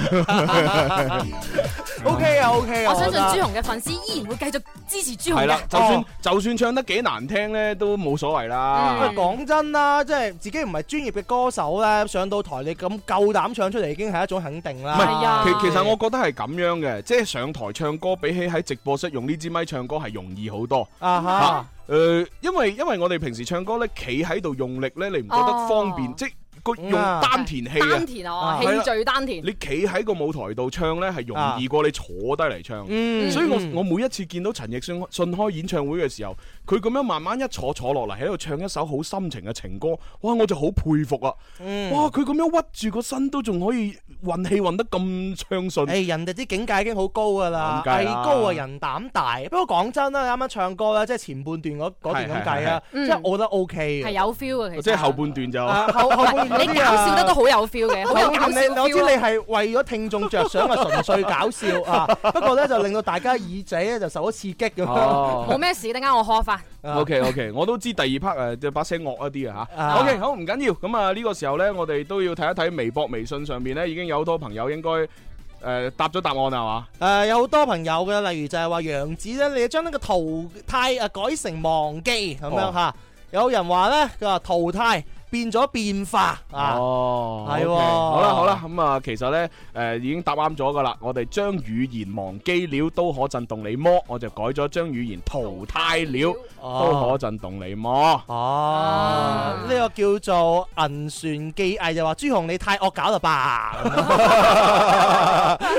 Speaker 6: OK 啊，OK 啊，
Speaker 8: 我相信
Speaker 6: 覺得
Speaker 8: 朱紅嘅粉絲依然會繼續支持朱
Speaker 5: 係
Speaker 8: 紅
Speaker 5: 啦，就
Speaker 8: 嘅
Speaker 5: 算。就算唱得幾難聽咧，都冇所謂啦
Speaker 6: 喂，。講真啦，即係自己唔係專業嘅歌手咧，上到台你咁夠膽唱出嚟，已經係一啊種肯定
Speaker 5: 唔
Speaker 6: 啦。
Speaker 5: 係，其其實我覺得係咁樣嘅，即係上台唱歌比起喺直播室用呢支咪唱歌係容易好多。
Speaker 6: 啊哈
Speaker 5: 嚇，誒，因為因為我哋平時唱歌咧，企喺度用力咧，你唔覺得方便，即係個用丹田氣啊。
Speaker 8: 丹田啊，
Speaker 5: 係啦
Speaker 8: 氣聚丹田。
Speaker 5: 你企喺個舞台度唱呢，係容易過你坐低嚟唱。
Speaker 8: 啊嗯
Speaker 5: 所以
Speaker 8: 嗯
Speaker 5: 我我每一次見到陳奕迅信開演唱會嘅時候，佢咁樣慢慢一坐坐落嚟喺度唱一首好深情嘅情歌，哇！我就好佩服啊！
Speaker 8: 嗯
Speaker 5: 哇！佢咁樣屈住個身都仲可以運氣運得咁暢順。
Speaker 8: 哎
Speaker 6: 誒，人哋啲境界已經好高㗎啦，
Speaker 5: 咁梗係
Speaker 6: 藝
Speaker 5: 啦
Speaker 6: 高啊人膽大。不過講真啦，你啱啱唱歌咧，即係前半段嗰嗰段咁計啊，
Speaker 8: 係係係
Speaker 6: 即係我覺得 OK 嘅
Speaker 8: 嗯係。有 feel 嘅，其實
Speaker 5: 哦即係後半段就
Speaker 6: 啊後後半段嗰啲啊
Speaker 8: 你搞笑得都好有 feel 嘅，好有搞
Speaker 6: 我
Speaker 8: 笑
Speaker 6: 知
Speaker 8: feel
Speaker 6: 你
Speaker 8: 啊。
Speaker 6: 我知你係為咗聽眾着想啊，純粹搞笑啊。 不過咧就令到大家耳仔咧就受咗刺激咁
Speaker 5: 哦
Speaker 6: 樣。
Speaker 8: 冇咩事，等間我 call 翻。
Speaker 5: O K O K，我都知第二 part 誒，即係把聲惡一啲啊嚇。
Speaker 6: 啊
Speaker 5: O K，好唔緊要，咁啊呢個時候咧，我哋都要睇一睇微博、微信上面咧，已經有好多朋友應該誒答咗答案啊啦係嘛。
Speaker 6: 誒、有好多朋友嘅，例如就係話楊子咧，你將呢個淘汰啊改成忘記咁
Speaker 5: 哦
Speaker 6: 樣嚇。有人話咧，佢話淘汰變咗變化啊。
Speaker 5: 哦
Speaker 6: 係
Speaker 5: OK，
Speaker 6: 喎
Speaker 5: 好啦好啦，咁啊，其實咧，誒已經答啱咗噶啦。我哋將語言忘記了都可震動你魔，我就改咗將語言淘汰了都可震動你魔。
Speaker 6: 哦，呢、個叫做銀船技藝就話朱紅你太惡搞啦吧。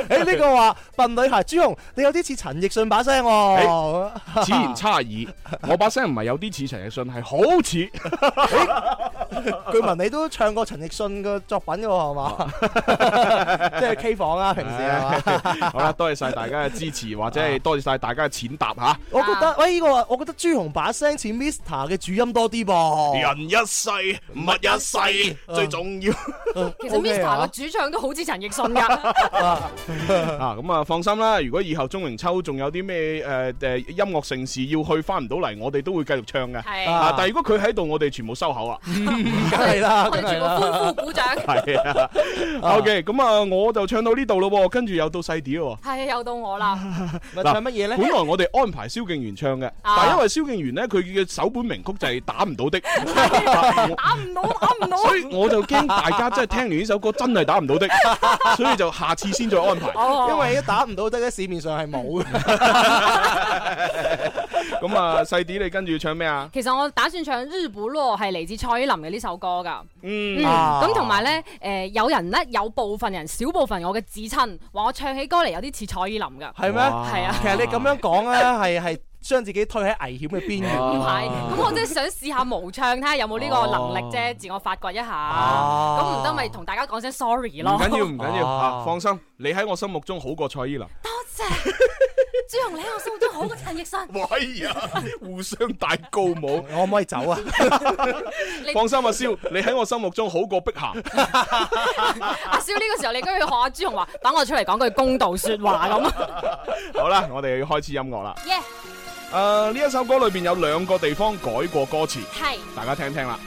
Speaker 6: 誒呢、個話笨女孩朱紅，你有啲似陳奕迅把聲喎、
Speaker 5: 哎 此言差矣，我把聲唔係有啲似陳奕迅，係好似。
Speaker 6: 據聞你都唱過陳奕迅嘅作品嘅喎，係嘛？即係 K 房 啊啦，平時啊係 嘛？
Speaker 5: 哎好啦，多謝晒大家嘅支持，或者係多謝晒大家嘅淺答吓。
Speaker 6: 我覺得喂呢個，我覺得朱紅把聲似 Mr 嘅主音多啲噃。
Speaker 1: 人一世，物一 世，最重要。
Speaker 8: 其實
Speaker 6: 啊
Speaker 8: Mr 嘅主唱都好似陳奕迅㗎，
Speaker 5: 啊，咁啊，放心啦！如果以後中榮秋仲有啲咩誒誒音樂盛事要去翻唔到嚟，我哋都會繼續唱嘅。
Speaker 8: 係嗯
Speaker 5: 啊，但係如果佢喺度，我哋全部收口 啊。
Speaker 6: 梗係啦，
Speaker 8: 我哋全部歡呼鼓掌。
Speaker 5: 係啊。OK，咁啊，我就唱到呢度咯喎，跟住又到細碟喎。
Speaker 8: 係又到 我啦，
Speaker 6: 咪
Speaker 5: 嗱本來我哋安排蕭敬元唱嘅，
Speaker 8: 啊
Speaker 5: 但係因為蕭敬元咧，佢嘅首本名曲就係打唔到 的，啊
Speaker 8: 打唔到，打唔到。
Speaker 5: 所以我就驚大家真係聽完呢首歌真係打唔 到的，所以就下次先再安排。
Speaker 6: 因為一打唔到得咧，市面上係冇嘅。
Speaker 5: 咁啊，細碟你跟住唱咩啊？
Speaker 8: 其實我打算唱《日不落》係嚟自蔡依林嘅呢首歌㗎。
Speaker 5: 嗯
Speaker 8: 嗯，咁同埋咧，誒有人咧，有部分人，少部分我嘅至親話我唱起歌嚟有啲似蔡依林㗎。
Speaker 6: 係咩？
Speaker 8: 哇係啊
Speaker 6: 其實你咁樣講啊 咧，係係將自己推喺危險嘅邊緣。
Speaker 8: 唔係，咁我真係想試下無唱，睇下有冇呢個能力啫，自我發掘一下。咁唔得咪同大家講聲 sorry
Speaker 5: 唔
Speaker 8: 咯。
Speaker 5: 緊要，唔緊要啊！
Speaker 6: 哦
Speaker 5: 放心，你喺我心目中好過蔡依林。
Speaker 8: 朱紅，你喺我心目中好過陳奕 迅。
Speaker 5: 哎呀，互相戴高帽，
Speaker 6: 我可唔可以走啊？
Speaker 8: 你
Speaker 5: 放 心啊，蕭，你喺我心目中好過碧咸。
Speaker 8: 阿蕭呢個時候，你居然學阿朱紅話，等我出嚟講句公道説話咁。
Speaker 5: 好啦，我哋要開始音樂啦。
Speaker 8: 耶，
Speaker 5: 誒，呢一首歌裏邊有兩個地方改過歌詞，
Speaker 8: 係
Speaker 5: 大家聽聽啦。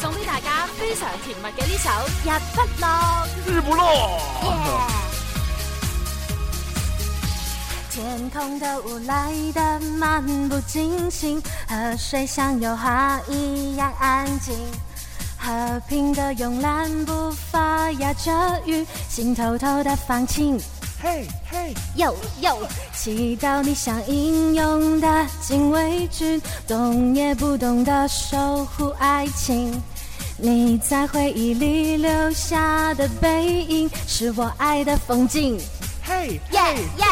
Speaker 8: 送俾大家非常甜蜜嘅呢首《日不落》。
Speaker 5: 日不落。
Speaker 13: 天空的雾来的漫不经心，河水像油画一样安静。和平的慵懒步伐压着雨，心偷偷的放晴。嘿嘿，又又，祈祷你想英勇的禁卫军，懂也不懂得守护爱情。你在回忆里留下的背影，是我爱的风景。嘿耶耶，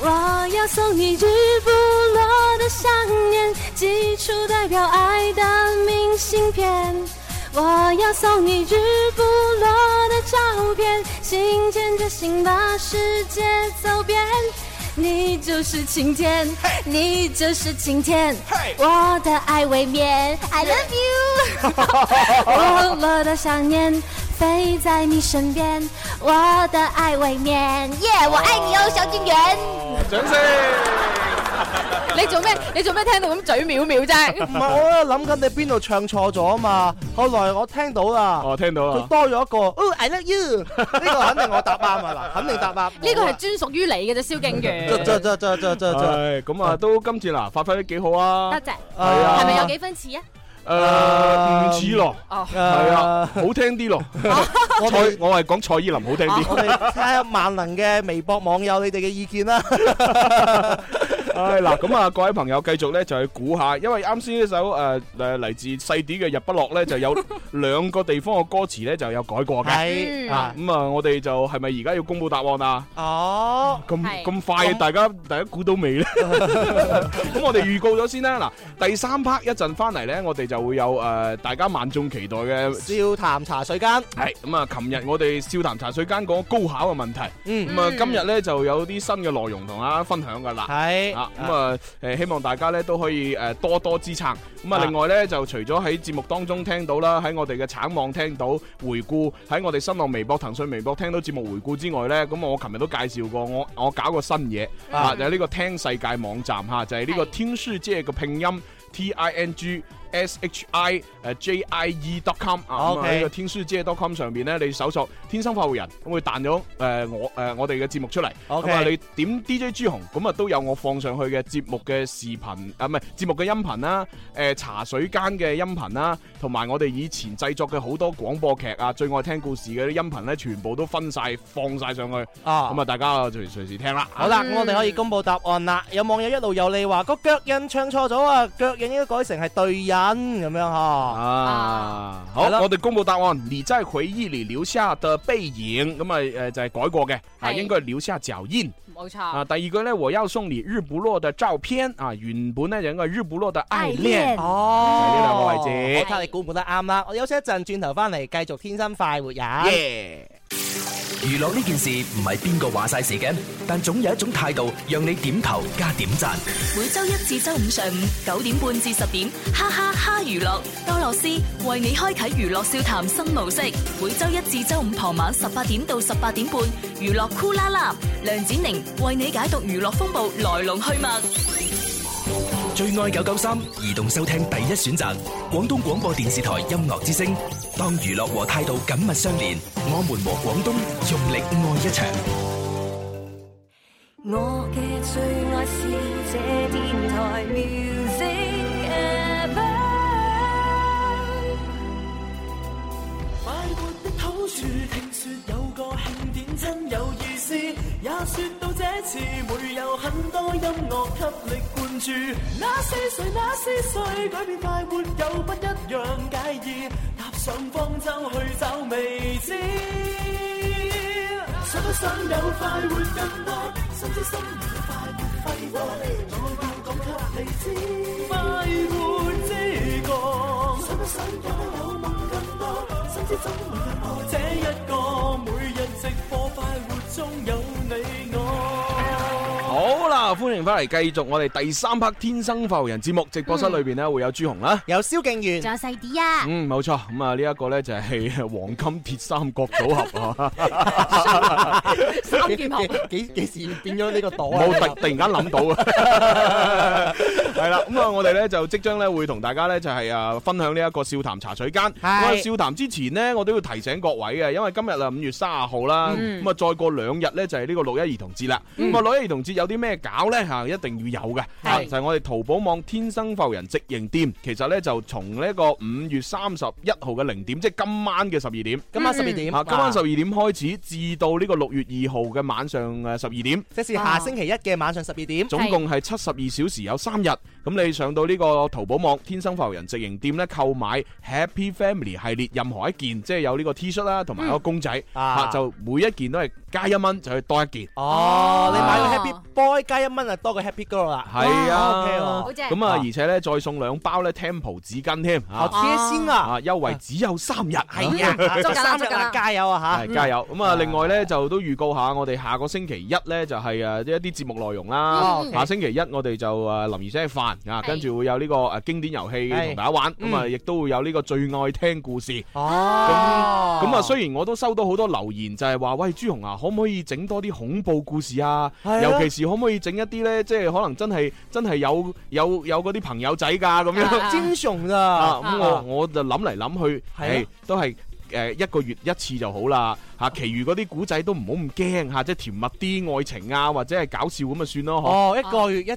Speaker 13: 我要送你日不落的想念，寄出代表爱的明信片。我要送你日不落的照片，心牵着心把世界走遍。你就是晴天，你就是晴天，我的爱未眠。I love you。我我的想念飞在你身边，我的爱未眠。耶、我爱你哦，小金 源。
Speaker 5: 掌聲。
Speaker 8: 你做咩？你做咩聽到咁嘴藐藐啫？
Speaker 6: 唔係，我
Speaker 5: 啊
Speaker 6: 喺度諗緊你邊度唱錯咗啊嘛。後來我聽到啦，
Speaker 5: 哦，聽到啦
Speaker 6: 佢多咗一個，Oh I love you，呢個肯定我答啱啊嗱，肯定答啱。
Speaker 8: 呢個係專屬於你嘅啫，蕭 敬元。
Speaker 6: 就就就就就
Speaker 5: 係咁啊，都今次嗱發揮得幾好啊！
Speaker 8: 得啫，
Speaker 5: 係啊
Speaker 8: 係咪有幾分似啊？
Speaker 5: 誒唔似咯，
Speaker 8: 哦
Speaker 5: 係啊，好聽 啲咯。蔡我係講蔡依林好聽
Speaker 6: 我哋
Speaker 5: 啲。
Speaker 6: 睇下萬能嘅微博網友你哋嘅意見啦。
Speaker 5: 唉嗱，咁啊，各位朋友繼續咧就去估下，因為啱先呢首誒誒嚟自細啲嘅《日不落》咧， 就有兩個地方嘅歌詞咧就有改過嘅。
Speaker 6: 係
Speaker 5: 啊，咁啊，我哋就係咪而家要公佈答案啊？
Speaker 6: 哦，
Speaker 5: 咁咁快，大 家大家估到未咧？咁我哋預告咗先啦。嗱，第三 part 一陣翻嚟咧，我哋就會有誒大家萬眾期待嘅
Speaker 6: 笑談茶水間。
Speaker 5: 係咁啊！琴日我哋笑談茶水間講高考嘅問題，
Speaker 6: 嗯
Speaker 5: 咁啊
Speaker 6: 嗯
Speaker 5: 今日咧就有啲新嘅內容同大家分享㗎啦。
Speaker 6: 係
Speaker 5: 啊，咁啊誒希望大家咧都可以誒多多支撐。咁啊
Speaker 6: 啊
Speaker 5: 另外咧就除咗喺節目當中聽到啦，喺我哋嘅橙網聽到回顧，喺我哋新浪微博、騰訊微博聽到節目回顧之外咧，咁我琴日都介紹過我我搞個新嘢啊，就係呢個聽世界網站嚇，就係呢個天書姐嘅拼音 T I N G。S H I 誒 J I E dot com 啊，咁啊
Speaker 6: OK
Speaker 5: 呢個天書姐 dot com 上邊咧，你搜索天生發號人，咁會彈咗誒我誒我哋嘅節目出嚟，
Speaker 6: OK
Speaker 5: 咁啊你點 DJ 朱紅，咁啊都有我放上去嘅節目嘅視頻啊，唔係節目嘅音頻啦，誒茶水間嘅音頻啦，同埋我哋以前製作嘅好多廣播劇啊，最愛聽故事嘅啲音頻咧，全部都分晒放晒上去，
Speaker 6: 啊
Speaker 5: 咁啊大家隨隨時聽啦。
Speaker 6: 好
Speaker 8: 嗯
Speaker 6: 啦，咁我哋可以公布答案啦。有網友一路有你話個腳印唱錯咗啊，腳印應該改成係對印咁樣嗬。
Speaker 5: 啊，好，我哋公布答案。你在回憶裏留下的背影，咁啊誒就係改過嘅，啊
Speaker 8: 係
Speaker 5: 應該係留下腳印。
Speaker 8: 冇
Speaker 5: 啊，
Speaker 8: 錯。
Speaker 5: 第二句咧，我要送你日不落的照片啊，原本咧就應該係日不落的愛戀。
Speaker 6: 哦
Speaker 5: 就係呢兩個位
Speaker 6: 我
Speaker 5: 置。
Speaker 6: 睇你估唔估得啱啦。我休息一陣，轉頭翻嚟繼續天生快活人。
Speaker 12: 耶！娛樂呢件事唔係邊個話晒事嘅，但總有一種態度讓你點頭加點讚。
Speaker 2: 每周一至周五上午九點半至十點，哈哈哈娛樂多樂斯為你開啟娛樂笑談新模式。每周一至周五傍晚十八點到十八點半，娛樂酷啦啦，梁展寧為你解讀娛樂風暴來龍去脈。
Speaker 12: 最愛九九三移動收聽第一選擇，廣東廣播電視台音樂之聲。當娛樂和態度緊密相連，我們和廣東用力愛一場。
Speaker 4: 我嘅最愛是這電台 music ever。
Speaker 1: 快活的土樹，聽說有個慶典真有意思，也說到這次會有很多音樂給力灌注。那是誰？那是誰？改變快活有不一樣介意，踏上方舟去找未知。想不想有快活更多？心知心明嘅快活揮霍，我要講給你知，快活之歌。想不想有有夢更多？心知怎會有我這一個，每日直播快活中有你我。
Speaker 5: 好啦，歡迎翻嚟，繼續我哋第三 part《天生浮人》節目，直播室裏邊咧會有朱紅啦，
Speaker 6: 有蕭敬元，
Speaker 13: 仲有細啲啊！
Speaker 5: 嗯，冇錯，咁啊呢一個咧就係 黃金鐵三角組合啊，
Speaker 6: 三 劍俠 幾幾時變咗呢個朵啊？
Speaker 5: 冇突突然間諗到 啊，係啦，咁啊我哋咧就即將咧會同大家咧就係啊分享呢一個笑談茶水間。咁啊笑談之前呢，我都要提醒各位啊嘅，因為今日啊五月三十號啦，
Speaker 15: 嗯
Speaker 5: 咁啊再過兩日咧就係呢個六一兒童節啦。
Speaker 15: 嗯
Speaker 5: 咁啊六一兒童節有有啲咩搞呢？吓，一定要有嘅，
Speaker 16: 係
Speaker 5: 啊就係我哋淘寶網天生浮人直營店，其實呢，就從呢個五月三十一號嘅零點，即係今晚嘅十二點，
Speaker 6: 今晚12點
Speaker 5: 啊，今
Speaker 6: 哇
Speaker 5: 晚十二點開始，至到呢個六月二號嘅晚上誒十二點，
Speaker 6: 即是下星期一嘅晚上十二點，
Speaker 5: 總共係七十二小時有三日。咁你上到呢個淘寶網天生浮人直營店咧，購買 Happy Family 系列任何一件，即係有呢個 T 恤啦，
Speaker 6: 嗯
Speaker 5: 同埋有個公仔，啊就每一件都係加一蚊就去多一件。
Speaker 6: 哦，你買個 Happy Boy 加一蚊啊，多個 Happy Girl 啦。
Speaker 5: 係
Speaker 6: 哇，OK
Speaker 5: 啊
Speaker 6: 喎，
Speaker 5: 咁啊，而且咧再送兩包咧 Temple 紙巾添，
Speaker 6: 好貼心啊
Speaker 5: 啊優惠只有三日，
Speaker 6: 係啊，
Speaker 5: 係
Speaker 6: 仲三日啦，加油啊
Speaker 5: 係
Speaker 6: 嚇！
Speaker 5: 加油！咁啊，另外咧就都預告下，我哋下個星期一咧就係誒一啲節目內容啦
Speaker 6: 嗯。
Speaker 5: 下星期一我哋就呃誒林兒姐飯啊，跟住會有呢個誒經典遊戲
Speaker 6: 係
Speaker 5: 同大家玩，咁啊
Speaker 6: 嗯
Speaker 5: 亦都會有呢個最愛聽故事。
Speaker 6: 哦，
Speaker 5: 咁啊，雖然我都收到好多留言，就係話喂朱紅啊，可唔可以整多啲恐怖故事啊？
Speaker 6: 係啊
Speaker 5: 尤其是可唔可以整一啲咧，即係可能真係真係有有有嗰啲朋友仔㗎咁樣。
Speaker 6: 英雄
Speaker 5: 啊
Speaker 6: 啊！
Speaker 5: 咁我我就諗嚟諗去，
Speaker 6: 係啊
Speaker 5: 誒都係。誒一個月一次就好啦，嚇，其餘嗰啲古仔都唔好咁驚嚇，即係甜蜜啲愛情啊，或者係搞笑咁啊算咯，嗬啊
Speaker 6: 哦，一個月一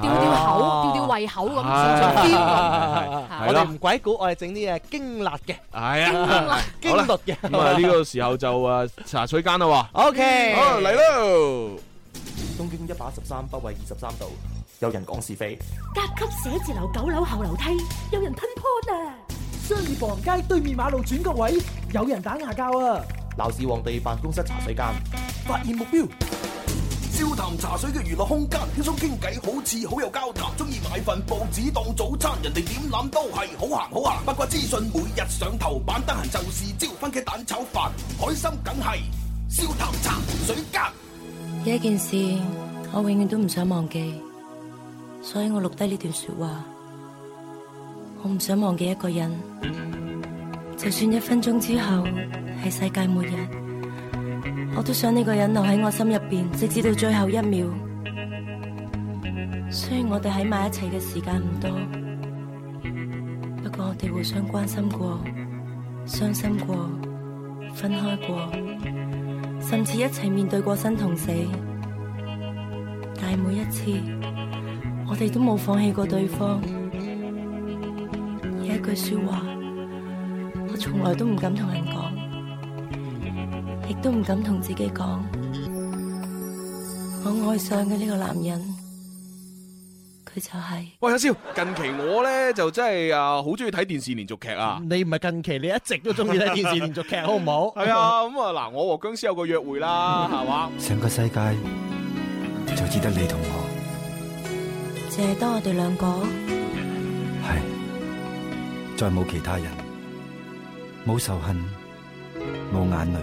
Speaker 5: 吊吊口
Speaker 6: 哦
Speaker 5: 吊吊
Speaker 16: 胃口咁
Speaker 5: 係
Speaker 6: 先
Speaker 5: 係
Speaker 6: 係
Speaker 5: 係啦
Speaker 6: 我哋唔鬼估，我哋整啲嘢驚辣嘅，
Speaker 5: 係
Speaker 6: 驚辣
Speaker 5: 啊，
Speaker 6: 驚辣嘅。
Speaker 5: 咁 啊呢個時候就誒茶水間啦喎
Speaker 6: OK
Speaker 5: 好嚟咯。
Speaker 17: 東京一百一十三，北緯二十三度。有人講是非，
Speaker 18: 甲級寫字樓九樓後樓梯有人吞 p 啊！
Speaker 19: 商業房街對面馬路轉角位有人打牙鉸啊！
Speaker 17: 鬧市皇帝辦公室茶水間，
Speaker 19: 發現目標。
Speaker 20: 笑談茶水嘅娛樂空間，輕鬆傾偈，好似好有交談。中意買份報紙當早餐，人哋點諗都係好行好行。八卦資訊每日上頭版，得閒就是招番茄蛋炒飯，開心梗係笑談茶水間。
Speaker 21: 有一件事，我永遠都唔想忘記，所以我錄低呢段說話。我唔想忘記一個人，就算一分鐘之後係世界末日，我都想呢個人留喺我心入邊，直至到最後一秒。雖然我哋喺埋一齊嘅時間唔多，不過我哋互相關心過、傷心過、分開過。甚至一齊面對過生同死。但係每一次，我哋都冇放棄過對方。有一句說話，我從來都唔敢同人講，亦都唔敢同自己講。我愛上嘅呢個男人，佢就係、
Speaker 5: 喂，阿蕭，近期我咧就真係啊，好中意睇電視連續劇啊！
Speaker 6: 嗯
Speaker 16: 你唔係近期，你一直都中意睇電視連續劇，好唔好？
Speaker 5: 係啊，咁啊嗱，我和僵屍有個約會啦，係嘛？
Speaker 22: 成個世界就只得你同我。
Speaker 21: 淨係得我哋兩個。
Speaker 22: 再冇其他人，冇仇恨，冇眼淚，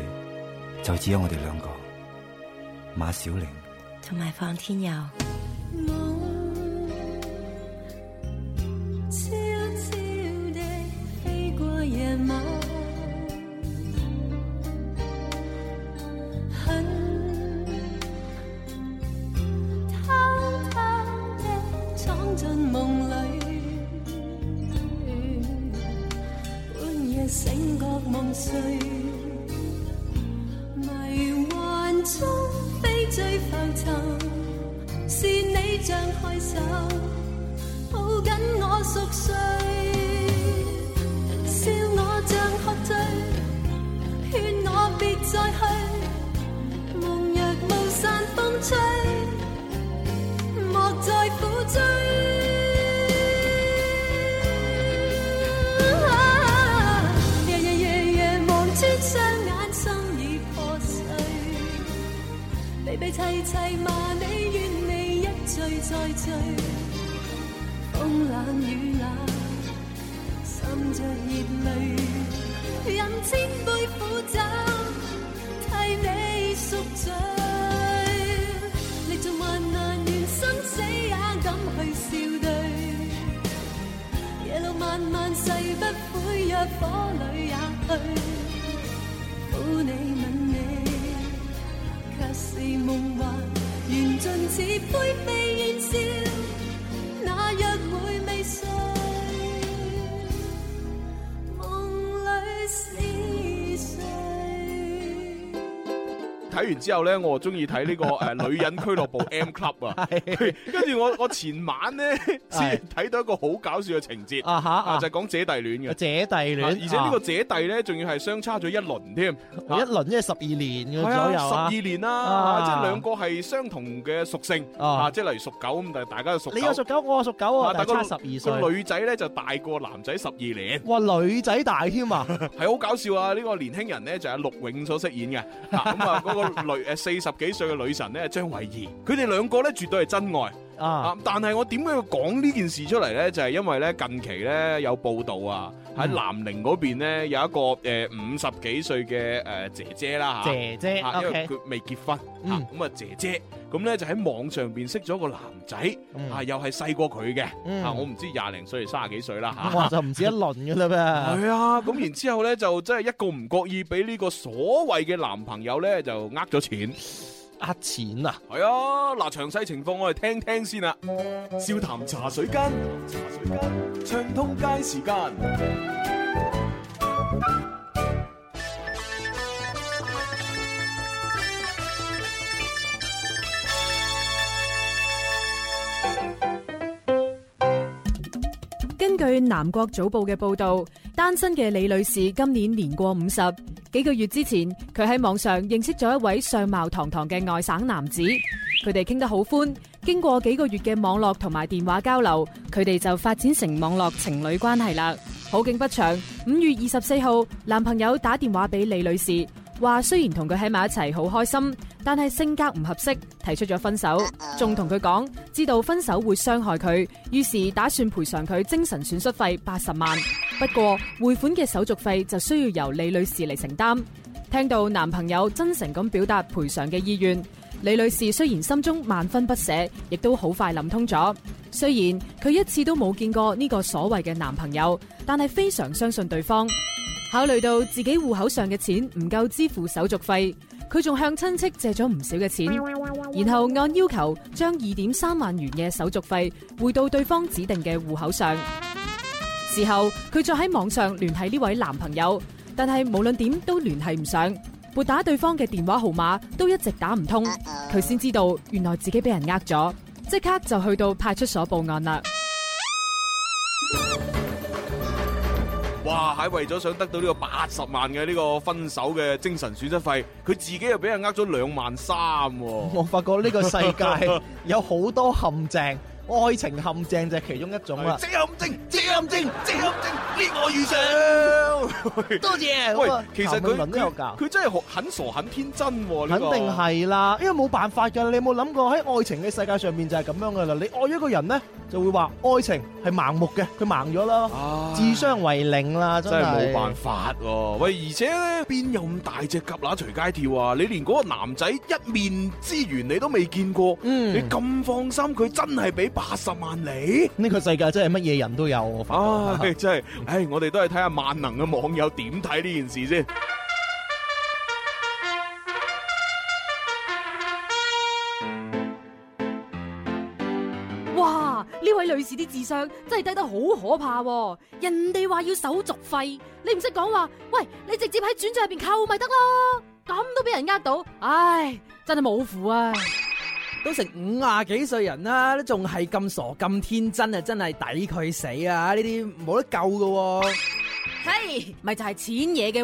Speaker 22: 就只有我哋兩個。馬小 玲，
Speaker 21: 同埋放天佑。
Speaker 4: 悄悄地飞过夜晚，很偷偷地闖進夢裏，半夜醒覺夢碎，迷幻中飛追浮沉，是你像開手。抱緊我熟睡，笑我像喝醉，勸我別再去。夢若無散風吹，莫再苦追。啊夜夜夜夜望穿雙眼，心已破碎。悲悲凄凄罵你，怨你一醉再醉。風冷雨冷，滲着熱淚，任千杯苦酒，替你贖罪。歷盡患難，願生死也敢去笑對。夜路漫漫誓不悔，若火裏也去。苦你吻你，卻是夢幻，緣盡似灰飛煙消。那約會未睡，夢裏是誰？
Speaker 5: 睇完之後咧，我中意睇呢 個诶女人俱樂部 M Club 啊。跟住我我前晚咧先睇到一個好搞笑嘅情節
Speaker 6: 啊哈啊
Speaker 5: 就係講姐弟戀嘅。
Speaker 6: 姐弟戀
Speaker 5: 啊而且呢
Speaker 6: 啊
Speaker 5: 個姐弟咧仲要係相差咗一輪添。啊
Speaker 6: 一輪即係十二年嘅
Speaker 5: 係
Speaker 6: 左右
Speaker 5: 啊，十
Speaker 6: 啊
Speaker 5: 二年啦，
Speaker 6: 啊
Speaker 5: 即係兩個係相同嘅屬性啊，即係例如屬狗咁，但係大家都屬
Speaker 6: 你又
Speaker 5: 狗
Speaker 6: 屬狗，我又屬狗啊，但
Speaker 5: 個
Speaker 6: 係差十二
Speaker 5: 個
Speaker 6: 歲。
Speaker 5: 女仔咧就大過男仔十二年。
Speaker 6: 哇，女仔大 添啊！
Speaker 5: 係好搞笑啊！呢、個年輕人咧就係陸永所飾演嘅，啊咁啊嗰個女誒四十幾歲嘅女神咧張慧儀，佢哋兩個咧絕對係真 愛。啊！但係我點解要講呢件事出嚟呢？就係、因為咧近期咧有報道啊，喺南寧嗰邊咧有一個誒五十幾歲嘅誒姐姐啦嚇，
Speaker 6: 姐姐
Speaker 5: 啊因為
Speaker 6: OK
Speaker 5: 佢未結婚嚇，啊咁啊姐姐咁咧就喺網上邊識咗個男仔啊，又係細過佢嘅
Speaker 6: 嗯
Speaker 5: 啊，我唔知廿零歲定卅幾歲啦嚇。
Speaker 6: 哇，就唔止一輪嘅啦
Speaker 5: 係啊，咁然之後咧就真係一個唔覺意俾呢個所謂嘅男朋友咧就呃咗錢，
Speaker 6: 呃錢啊！
Speaker 5: 係啊，嗱詳細情況我哋聽聽先啊啦。笑談茶水間，茶水間暢通街時間。
Speaker 8: 根據南國早報嘅報導，單身嘅李女士今年年過五十，幾個月之前佢喺網上認識咗一位相貌堂堂嘅外省男子，佢哋傾得好歡。經過幾個月嘅網絡同埋電話交流，佢哋就發展成網絡情侶關係啦。好景不長，五月二十四號，男朋友打電話俾李女士，話雖然同佢喺埋一齊好開心，但係性格唔合適，提出咗分手，仲同佢講知道分手會傷害佢，於是打算賠償佢精神損失費八十萬。不過匯款嘅手續費就需要由李女士嚟承擔。聽到男朋友真誠咁表達賠償嘅意願，李女士雖然心中萬分不捨，亦都好快諗通咗。雖然佢一次都冇見過呢個所謂嘅男朋友，但係非常相信對方。考慮到自己戶口上嘅錢唔夠支付手續費，佢仲向親戚借咗唔少嘅錢，然後按要求將二點三萬元嘅手續費匯到對方指定嘅戶口上。事後佢再喺網上聯繫呢位男朋友，但係無論點都聯繫唔上，撥打對方嘅電話號碼都一直打唔通，佢先知道原來自己俾人呃咗，即刻就去到派出所報案啦。
Speaker 5: 哇！喺為咗想得到呢個八十萬嘅呢個分手嘅精神損失費，佢自己又俾人呃咗兩萬三
Speaker 6: 我
Speaker 5: 喎。
Speaker 6: 發覺呢個世界有好多陷阱，愛情陷阱就係其中一種啦。
Speaker 1: 即陷阱，即陷阱，即陷阱，呢我遇上。
Speaker 6: 多謝
Speaker 5: 喂
Speaker 6: 咁啊，
Speaker 5: 其實
Speaker 6: 譚詠
Speaker 5: 佢
Speaker 6: 麟都有教
Speaker 5: 佢佢真係好很傻很天真喎。呢
Speaker 6: 肯
Speaker 5: 個
Speaker 6: 定係啦，因為冇辦法㗎。你有冇諗過喺愛情嘅世界上面就係咁樣㗎啦？你愛一個人呢，就會話愛情係盲目嘅，佢盲咗啦，智商為零啦，真
Speaker 5: 真係
Speaker 6: 係
Speaker 5: 冇辦。法喎、喂，而且咧邊有咁大隻蛤乸隨街跳啊？你連嗰個男仔一面之緣你都未見過，
Speaker 6: 嗯
Speaker 5: 你咁放心佢真係俾八十萬你？
Speaker 6: 呢個世界真係乜嘢人都有，我發
Speaker 5: 啊，
Speaker 6: 覺。
Speaker 5: 真係，唉，我哋都係睇下萬能嘅網友點睇呢件事先。
Speaker 4: 哇！呢位女士啲智商真係低得好可怕、喎。人哋話要手續費，你唔識講話，喂，你直接喺轉賬入邊扣咪得咯，咁都俾人呃到，唉，真係冇符啊！
Speaker 12: 都成五廿幾歲人啦，都仲係咁傻咁天真啊！真係抵佢死啊！呢啲冇得救噶、喎。
Speaker 4: 嘿，咪就係錢嘢嘅喎，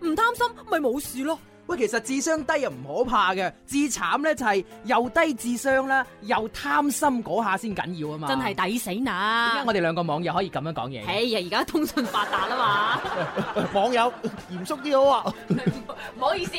Speaker 4: 唔貪心咪冇事咯。
Speaker 12: 喂，其實智商低又唔可怕嘅，至慘咧就係又低智商啦，又貪心嗰下先緊要啊嘛！
Speaker 4: 真係抵死
Speaker 12: 點
Speaker 4: 嗱
Speaker 12: 解！我哋兩個網友可以咁樣講嘢嘅？
Speaker 4: 哎呀，而家通訊發達啦嘛，
Speaker 6: 網友嚴肅啲好啊！
Speaker 4: 唔好意 思。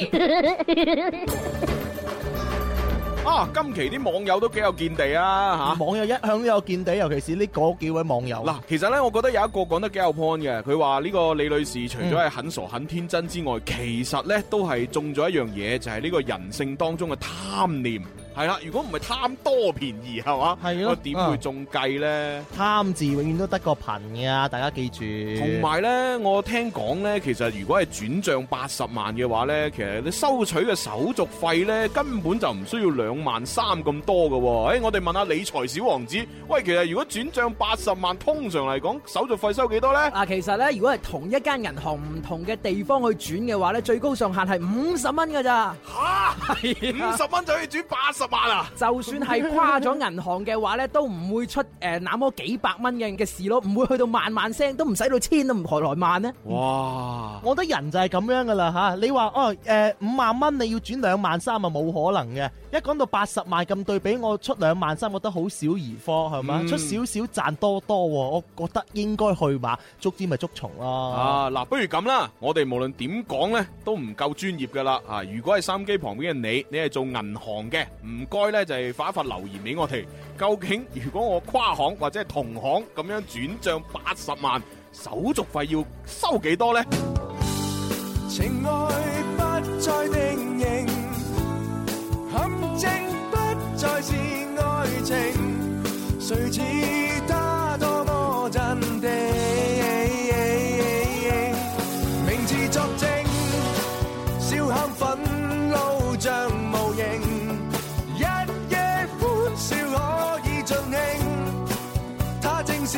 Speaker 5: 啊，今期啲網友都幾有見地啊嚇！
Speaker 6: 網友一向都有見地，尤其是呢嗰幾位網友。
Speaker 5: 嗱，其實咧，我覺得有一個講得幾有 point 嘅，佢話呢個李女士除咗係很傻很天真之外，其實咧都係中咗一樣嘢，就係、呢個人性當中嘅貪念。係啦，如果唔係貪多便宜係嘛，
Speaker 6: 係啊
Speaker 5: 我啊點會中計咧？
Speaker 6: 貪字永遠都得個貧㗎，大家記住。
Speaker 5: 同埋咧，我聽講咧，其實如果係轉帳八十萬嘅話咧，其實你收取嘅手續費咧，根本就唔需要兩萬三咁多嘅喎、誒我哋問下理財小王子，喂，其實如果轉帳八十萬，通常嚟講手續費收幾多咧？
Speaker 12: 啊，其實咧，如果係同一間銀行唔同嘅地方去轉嘅話咧，最高上限係五十蚊㗎咋。
Speaker 5: 嚇，五十蚊就可以轉八十萬啊！
Speaker 12: 啊就算係跨咗銀行嘅話咧，都唔會出誒、呃、那麼幾百蚊嘅嘅事咯，唔會去到萬萬聲，都唔使到千都唔何來萬呢？
Speaker 5: 哇！
Speaker 6: 我覺得人就係咁樣噶啦吓，你話哦誒五萬蚊你要轉兩萬三啊冇可能嘅，一講到八十萬咁對比，我出兩萬三覺得好少兒科係嘛，
Speaker 5: 嗯
Speaker 6: 出少少賺多多喎，我覺得應該去馬捉啲咪捉蟲咯。
Speaker 5: 啊，嗱，不如咁啦，我哋無論點講呢，都唔夠專業噶啦。啊，如果係收音機旁邊嘅你，你係做銀行嘅，唔該呢，就係發一發留言俾我哋。究竟如果我跨行或者係同行咁樣轉帳八十萬，手續費要收幾多呢？
Speaker 1: 情愛不再定型，陷阱不再是愛情，誰似他多麼鎮定？名字作證，笑喊憤怒像無形，一夜歡笑可以盡興。他正是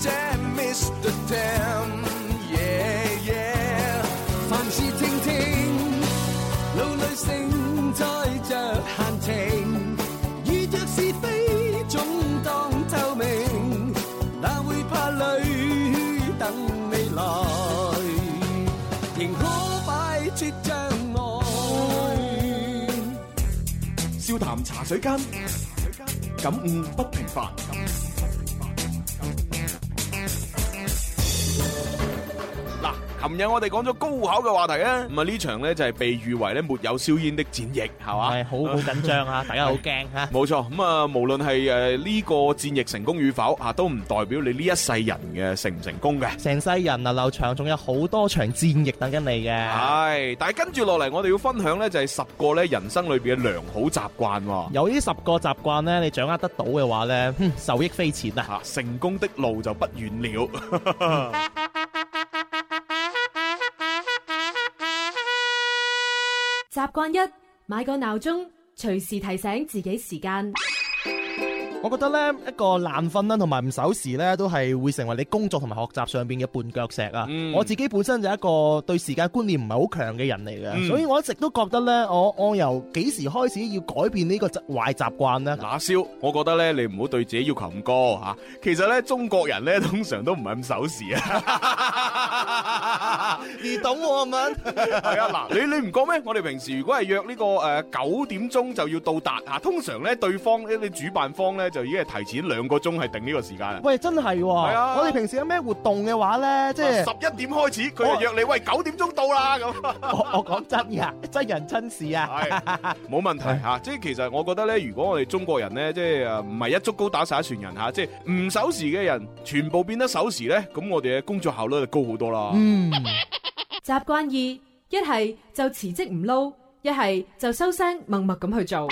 Speaker 1: 這 Mr. Tam，yeah yeah，
Speaker 23: 凡事聽聽，腦裏盛載着閒情，遇着是非總當透明，哪會怕淚等你來，仍可擺脱障礙。
Speaker 24: 笑談茶水間，感悟不平凡。
Speaker 5: 嗱，琴日我哋講咗高考嘅話題啊，咁啊呢場呢，就係被譽為咧沒有硝煙的戰役，係嘛？
Speaker 6: 係好好緊張 啊，大家好驚吓。
Speaker 5: 冇錯，咁啊，無論係誒呢個戰役成功與否啊，都唔代表你呢一世人嘅成唔成功嘅。
Speaker 6: 成世人流流長，仲有好多場戰役等緊你嘅。
Speaker 5: 系，但系跟住落嚟，我哋要分享呢，就係十個咧人生裏边嘅良好習慣喎。
Speaker 6: 有呢十個習慣呢，你掌握得到嘅話呢，哼受益匪淺
Speaker 5: 啊！成功的路就不遠 了。
Speaker 8: 习惯一，买个闹钟，随时提醒自己时间。
Speaker 6: 我覺得呢一個爛瞓啦，同埋唔守時呢，都係會成為你工作同埋學習上邊嘅絆腳石啊！
Speaker 5: 嗯
Speaker 6: 我自己本身就係一個對時間觀念唔係好強嘅人嚟嘅，
Speaker 5: 嗯
Speaker 6: 所以我一直都覺得呢，我我由幾時開始要改變呢個習壞習慣呢？
Speaker 5: 阿蕭，我覺得呢，你唔好對自己要求咁高吓、其實呢，中國人呢，通常都唔係咁守時啊。
Speaker 6: 你懂我 們？
Speaker 5: 係啊，嗱，你你唔覺咩？我哋平時如果係約呢、個诶九、點鐘就要到達啊，通常呢，對方呢，你主辦方呢，就已經係提前兩個鐘係定呢個時間啊。
Speaker 6: 喂，真係喎、
Speaker 5: 係啊
Speaker 6: 我哋平時有咩活動嘅話呢？即係
Speaker 5: 十一點開始， 佢就約你喂九點鐘到啦咁。
Speaker 6: 我我講真㗎，真人真事啊！
Speaker 5: 冇問題嚇，即係其實我覺得咧，如果我哋中國人咧，即係誒唔係一足高打晒一船人啊嚇，即係唔守時嘅人全部變得守時咧，咁我哋嘅工作效率就高好多啦。
Speaker 8: 嗯，习惯二，一系就辞职唔捞，一系就收声默默咁去做。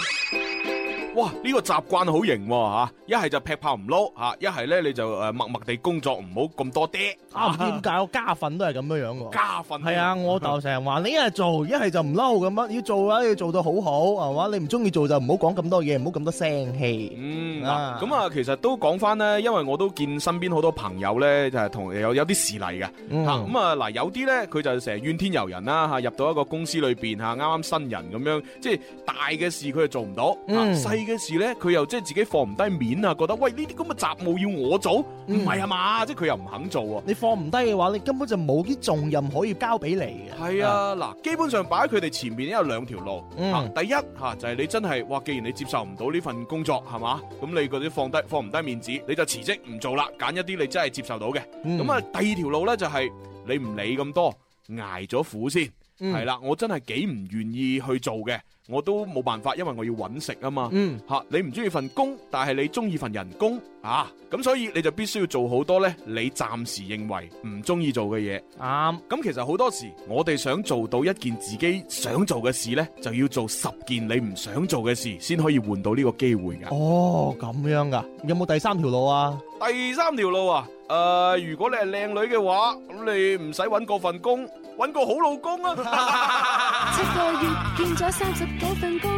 Speaker 5: 哇！呢、個習慣好型喎嚇，一係就劈炮唔撈嚇，一係咧你就誒默默地工作，唔好咁多爹。
Speaker 6: 啊，唔知點解我家訓都係咁樣樣喎。
Speaker 5: 家訓
Speaker 6: 係啊，我老豆成日話你一係做，一係就唔嬲咁啊樣，要做嘅話要做到好好係嘛，你唔中意做就唔好講咁多嘢，唔好咁多聲氣。
Speaker 5: 嗯
Speaker 6: 啊
Speaker 5: 嗱，咁啊，其實都講翻咧，因為我都見身邊好多朋友咧，就係同有有啲事例嘅嚇。
Speaker 6: 嗯
Speaker 5: 咁啊，嗱，有啲咧佢就成日怨天尤人啦嚇，入到一個公司裏邊嚇，啱啱新人咁樣，即係大嘅事佢又做唔到，
Speaker 6: 嗯
Speaker 5: 嚇細嘅事咧佢又即係自己放唔低面啊，覺得喂呢啲咁嘅雜務要我做，
Speaker 6: 嗯
Speaker 5: 唔係啊嘛，即係佢又唔肯做喎。
Speaker 6: 你放唔低嘅話，你根本就冇啲重任可以交俾你嘅。
Speaker 5: 係啊，嗱，基本上擺喺佢哋前面有兩條路，
Speaker 6: 嗯
Speaker 5: 啊第一嚇就係你真係哇，既然你接受唔到呢份工作係嘛，咁你嗰啲放低放唔低面子，你就辭職唔做啦，揀一啲你真係接受到嘅。
Speaker 23: 嗯
Speaker 5: 咁啊，第二條路呢，就係你唔理咁多，捱咗苦先。系啦，我真係幾唔願意去做嘅，我都冇辦法，因為我要揾食啊嘛。
Speaker 1: 嗯，
Speaker 5: 吓你唔中意份工，但係你中意份人工啊，咁所以你就必須要做好多呢你暫時認為唔中意做嘅嘢。
Speaker 6: 啱。
Speaker 5: 咁其實好多時，我哋想做到一件自己想做嘅事呢，就要做十件你唔想做嘅事，先可以換到呢個機會㗎。
Speaker 6: 哦，咁樣噶，有冇第三條路啊？
Speaker 5: 第三條路啊，诶、如果你係靚女嘅話，咁你唔使揾嗰份工，揾個好老公啊。
Speaker 4: 七個月見咗三十九份工，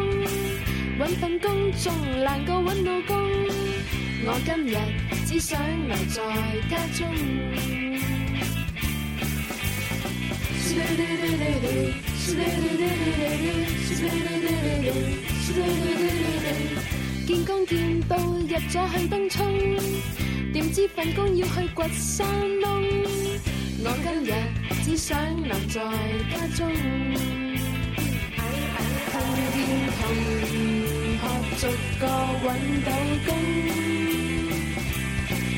Speaker 4: 揾份工仲難過揾老公。我今日只想留在家中。見工見到入咗去東涌，點知份工要去掘山窿。我今日只想留在家中。thân viên thầm học chục có quấn đấu công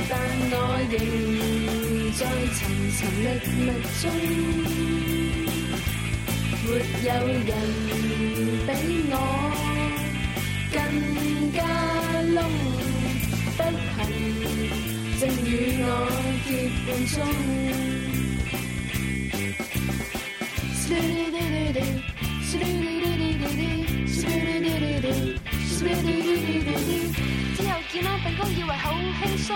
Speaker 4: ta nói dừng rồi chẳng chẳng lực lực chung vượt dâu dần tới ngõ canh ca lông bất hạnh dần như ngõ kịp buồn chung Slu-du-du-du-du, slu-du-du-du-du-du, slu-du-du-du-du, slu-du-du-du-du-du。之後見到份工以為好輕鬆，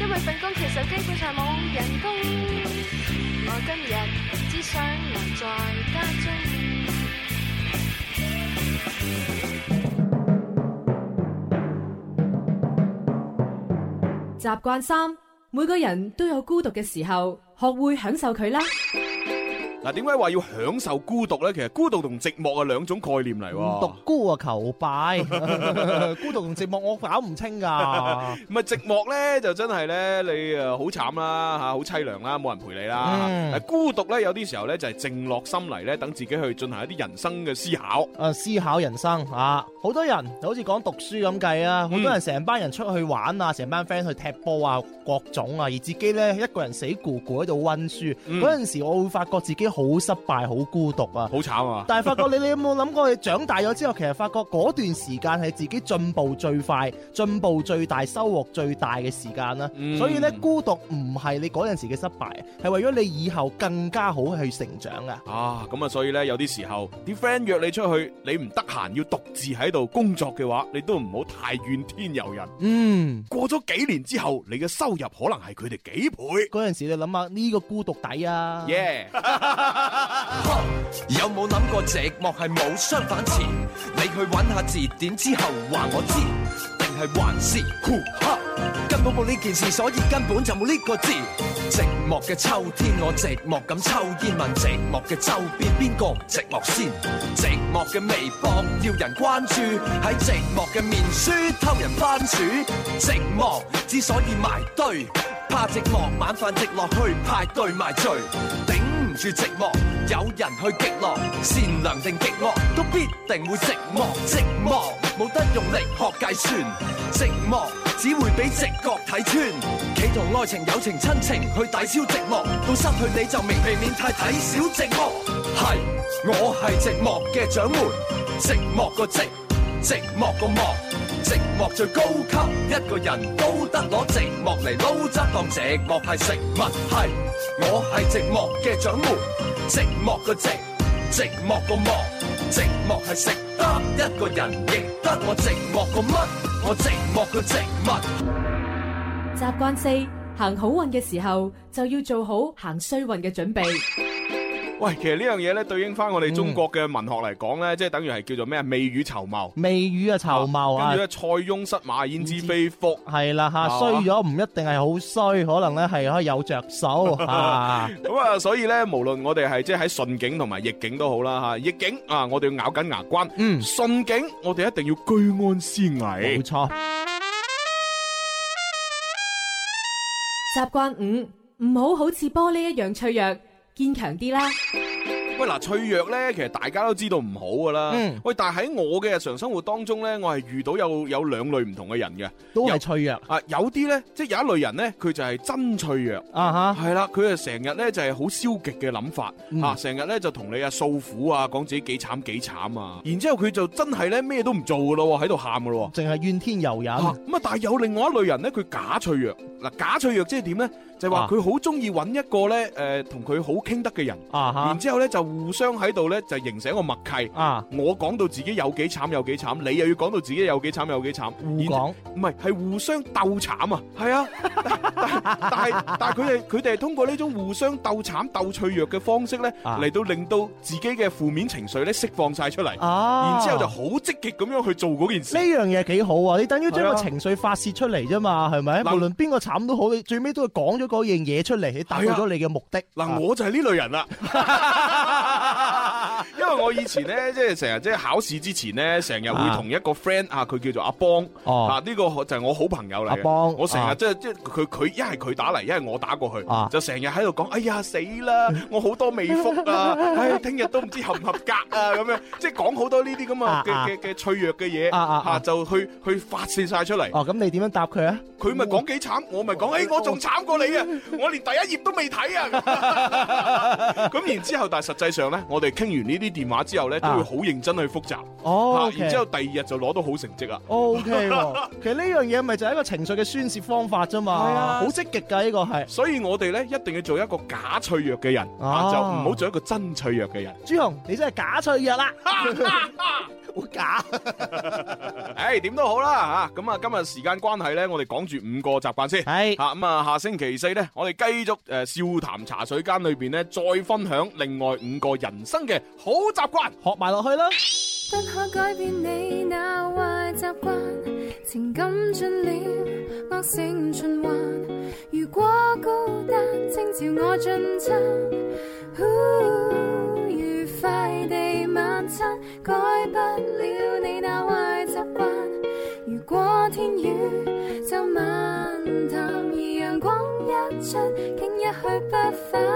Speaker 4: 因為份工其實基本上冇人工。我今日只想留在家中。
Speaker 8: 习惯三，每個人都有孤獨嘅時候，學會享受佢啦。
Speaker 5: 嗱，點解話要享受孤獨呢？其實孤獨同寂寞係兩種概念嚟喎。
Speaker 6: 獨孤啊，求敗， 孤獨同寂寞我搞唔清噶。
Speaker 5: 唔係寂寞咧，就真係咧，你誒好慘啦嚇，好凄涼啦，冇人陪你啦。
Speaker 6: 嗯
Speaker 5: 但孤獨咧，有啲時候咧就係靜落心嚟咧，等自己去進行一啲人生嘅思考。
Speaker 6: 诶、思考人生啊！好多人好似講讀書咁計
Speaker 5: 嗯
Speaker 6: 啊，好多人成班人出去玩啊，成班 friend 去踢波啊，各種啊，而自己呢，一個人死咕咕喺度温書。嗰陣、時我會發覺自己好失敗，好孤獨啊，
Speaker 5: 嗯好慘啊！
Speaker 6: 但係發覺你你有冇諗過，你長大咗之後，其實發覺嗰段時間係自己進步最快、進步最大、收穫最大嘅時間啦。
Speaker 5: 嗯
Speaker 6: 所以呢，孤獨唔係你嗰陣時嘅失敗，係為咗你以後更加好去成長啊！
Speaker 5: 啊，咁啊，所以咧，有啲時候啲 friend 約你出去，你唔得閒要獨自喺度工作嘅話，你都唔好太怨天尤人。
Speaker 6: 嗯。
Speaker 5: 過咗幾年之後，你嘅收入可能係佢哋幾倍。
Speaker 6: 嗰陣時你諗下呢個孤獨底啊！
Speaker 5: 耶！
Speaker 25: 有冇諗過寂寞係冇相反詞？你去揾下字典之後話我知，定係還是呼哈？根本冇呢件事，所以根本就冇呢個字。寂寞嘅秋天，我寂寞咁抽煙，問寂寞嘅周邊邊個唔寂寞先？寂寞嘅微博要人關注，喺寂寞嘅面書偷人番薯。寂寞之所以埋堆，怕寂寞晚飯直落去派對埋醉，頂唔住寂寞，有人去擊落，善良定極惡都必定會寂寞，寂寞冇得用力學計算，寂寞只會俾直覺睇穿，企圖愛情、友情、親情去抵消寂寞，到失去你就明避免太睇小寂寞，係我係寂寞嘅掌門，寂寞個寂，寂寞個寞。寂寞最高級，一個人都得攞寂寞嚟撈汁，當寂寞係食物係。我係寂寞嘅掌門，寂寞個寂，寂寞個寞，寂寞係食得一個人，亦得我寂寞個乜，我寂寞個寂物。
Speaker 8: 習慣四，行好運嘅時候就要做好行衰運嘅準備。
Speaker 5: 喂，其實呢樣嘢咧，對應翻我哋中國嘅文學嚟講咧，即係等於係叫做咩啊？未雨綢繆。
Speaker 6: 未雨啊，籌謀
Speaker 5: 跟
Speaker 6: 啊
Speaker 5: 住，咧，塞翁失馬，焉知非福。
Speaker 6: 係啦吓，
Speaker 5: 啊
Speaker 6: 衰 咗唔一定係好衰，可能咧係可以有着 手吓。
Speaker 5: 咁啊，所以咧，無論我哋係即係喺順境同埋逆境都好啦吓，逆境啊，我哋要咬緊牙關；嗯，順境我哋一定要居安思危。
Speaker 6: 冇錯。
Speaker 8: 習慣五，唔好好似玻璃一樣脆弱，堅強啲啦。
Speaker 5: 喂嗱，脆弱咧，其實大家都知道唔好噶啦。
Speaker 6: 嗯
Speaker 5: 喂，但係喺我嘅日常生活當中咧，我係遇到有有兩類唔同嘅人嘅，
Speaker 6: 都
Speaker 5: 有
Speaker 6: 係脆弱。
Speaker 5: 啊，有啲咧，即係有一類人咧，佢就係真脆弱
Speaker 6: 啊
Speaker 5: 吓，係啦，佢係成日咧就係好消極嘅諗法
Speaker 6: 嗯
Speaker 5: 吓，成日咧就同你啊訴苦啊，講自己幾慘幾慘啊，然之後佢就真係咧咩都唔做噶咯喎，喺度喊噶咯喎。
Speaker 6: 淨係怨天尤人。
Speaker 5: 咁啊，但係有另外一類人咧，佢假脆弱。嗱，假脆弱即係點咧？就係話
Speaker 6: 啊
Speaker 5: 佢好中意揾一個咧，誒、同佢好傾得嘅人，
Speaker 6: 啊哈
Speaker 5: 然之後咧就互相喺度咧就形成一個默契。
Speaker 6: 啊，
Speaker 5: 我講到自己有幾慘有幾慘，你又要講到自己有幾慘有幾慘，互
Speaker 6: 講
Speaker 5: 唔係係互相鬥慘啊，係啊，但係但係佢哋佢哋係通過呢種互相鬥慘鬥脆弱嘅方式咧，
Speaker 6: 啊
Speaker 5: 嚟到令到自己嘅負面情緒咧釋放晒出嚟，
Speaker 6: 啊
Speaker 5: 然之後就好積極咁樣去做嗰件事
Speaker 6: 呢。樣嘢幾好啊！你等於將個
Speaker 5: 係啊
Speaker 6: 情緒發泄出嚟啫嘛，係咪？
Speaker 5: 嗱
Speaker 6: 無論邊個慘都好，你最尾都係講咗嗰樣嘢出嚟，你達到咗你嘅目的。
Speaker 5: 啊嗱，我就係呢類人啦。因為我以前咧，即係成日即係考試之前咧，成日會同一個 friend 啊，佢叫做阿邦，
Speaker 6: 哦
Speaker 5: 啊呢個就係我好朋友嚟嘅。
Speaker 6: 阿邦
Speaker 5: 我成日
Speaker 6: 啊
Speaker 5: 即係即係佢佢一係佢打嚟，一係我打過去
Speaker 6: 啊，
Speaker 5: 就成日喺度講，哎呀死 啦，我好多未復啊，唉，聽日都唔知合唔合格啊，咁樣即係講好多呢啲咁嘅
Speaker 6: 啊啊
Speaker 5: 嘅嘅嘅脆弱嘅嘢，
Speaker 6: 啊啊啊
Speaker 5: 嚇就去去發泄晒出嚟。
Speaker 6: 哦，咁你點樣答 佢啊？
Speaker 5: 佢咪講幾慘，我咪講，诶，我仲慘過你啊！我連第一頁都未睇啊！咁然之後，但係實際上咧，我哋傾完呢啲電話之後咧，都會好認真去復習。
Speaker 6: 哦
Speaker 5: 嚇
Speaker 6: OK
Speaker 5: 然之後第二日就攞到好成績啦。
Speaker 6: O K，其實呢樣嘢咪就係一個情緒嘅宣泄方法啫嘛，
Speaker 5: 係啊
Speaker 6: 好積極㗎呢個係。
Speaker 5: 所以我哋咧一定要做一個假脆弱嘅人，啊
Speaker 6: 啊
Speaker 5: 就唔好做一個真脆弱嘅人。
Speaker 6: 朱紅，你真係假脆 弱啦，
Speaker 5: 好 假。誒點都好啦嚇，咁啊今日時間關係咧，我哋講住五個習慣先。
Speaker 6: 係
Speaker 5: 嚇咁啊，下星期四咧，我哋繼續誒笑談茶水間裏邊咧，再分享另外五個人生嘅好習慣，
Speaker 6: 學埋落去啦。
Speaker 4: 不可改變你那壞習慣，情感進了惡性循環。如果高單請召我進餐，呼愉快地晚餐，改不了你那壞習慣。如果天雨就漫談，而陽光一出，竟一去不返。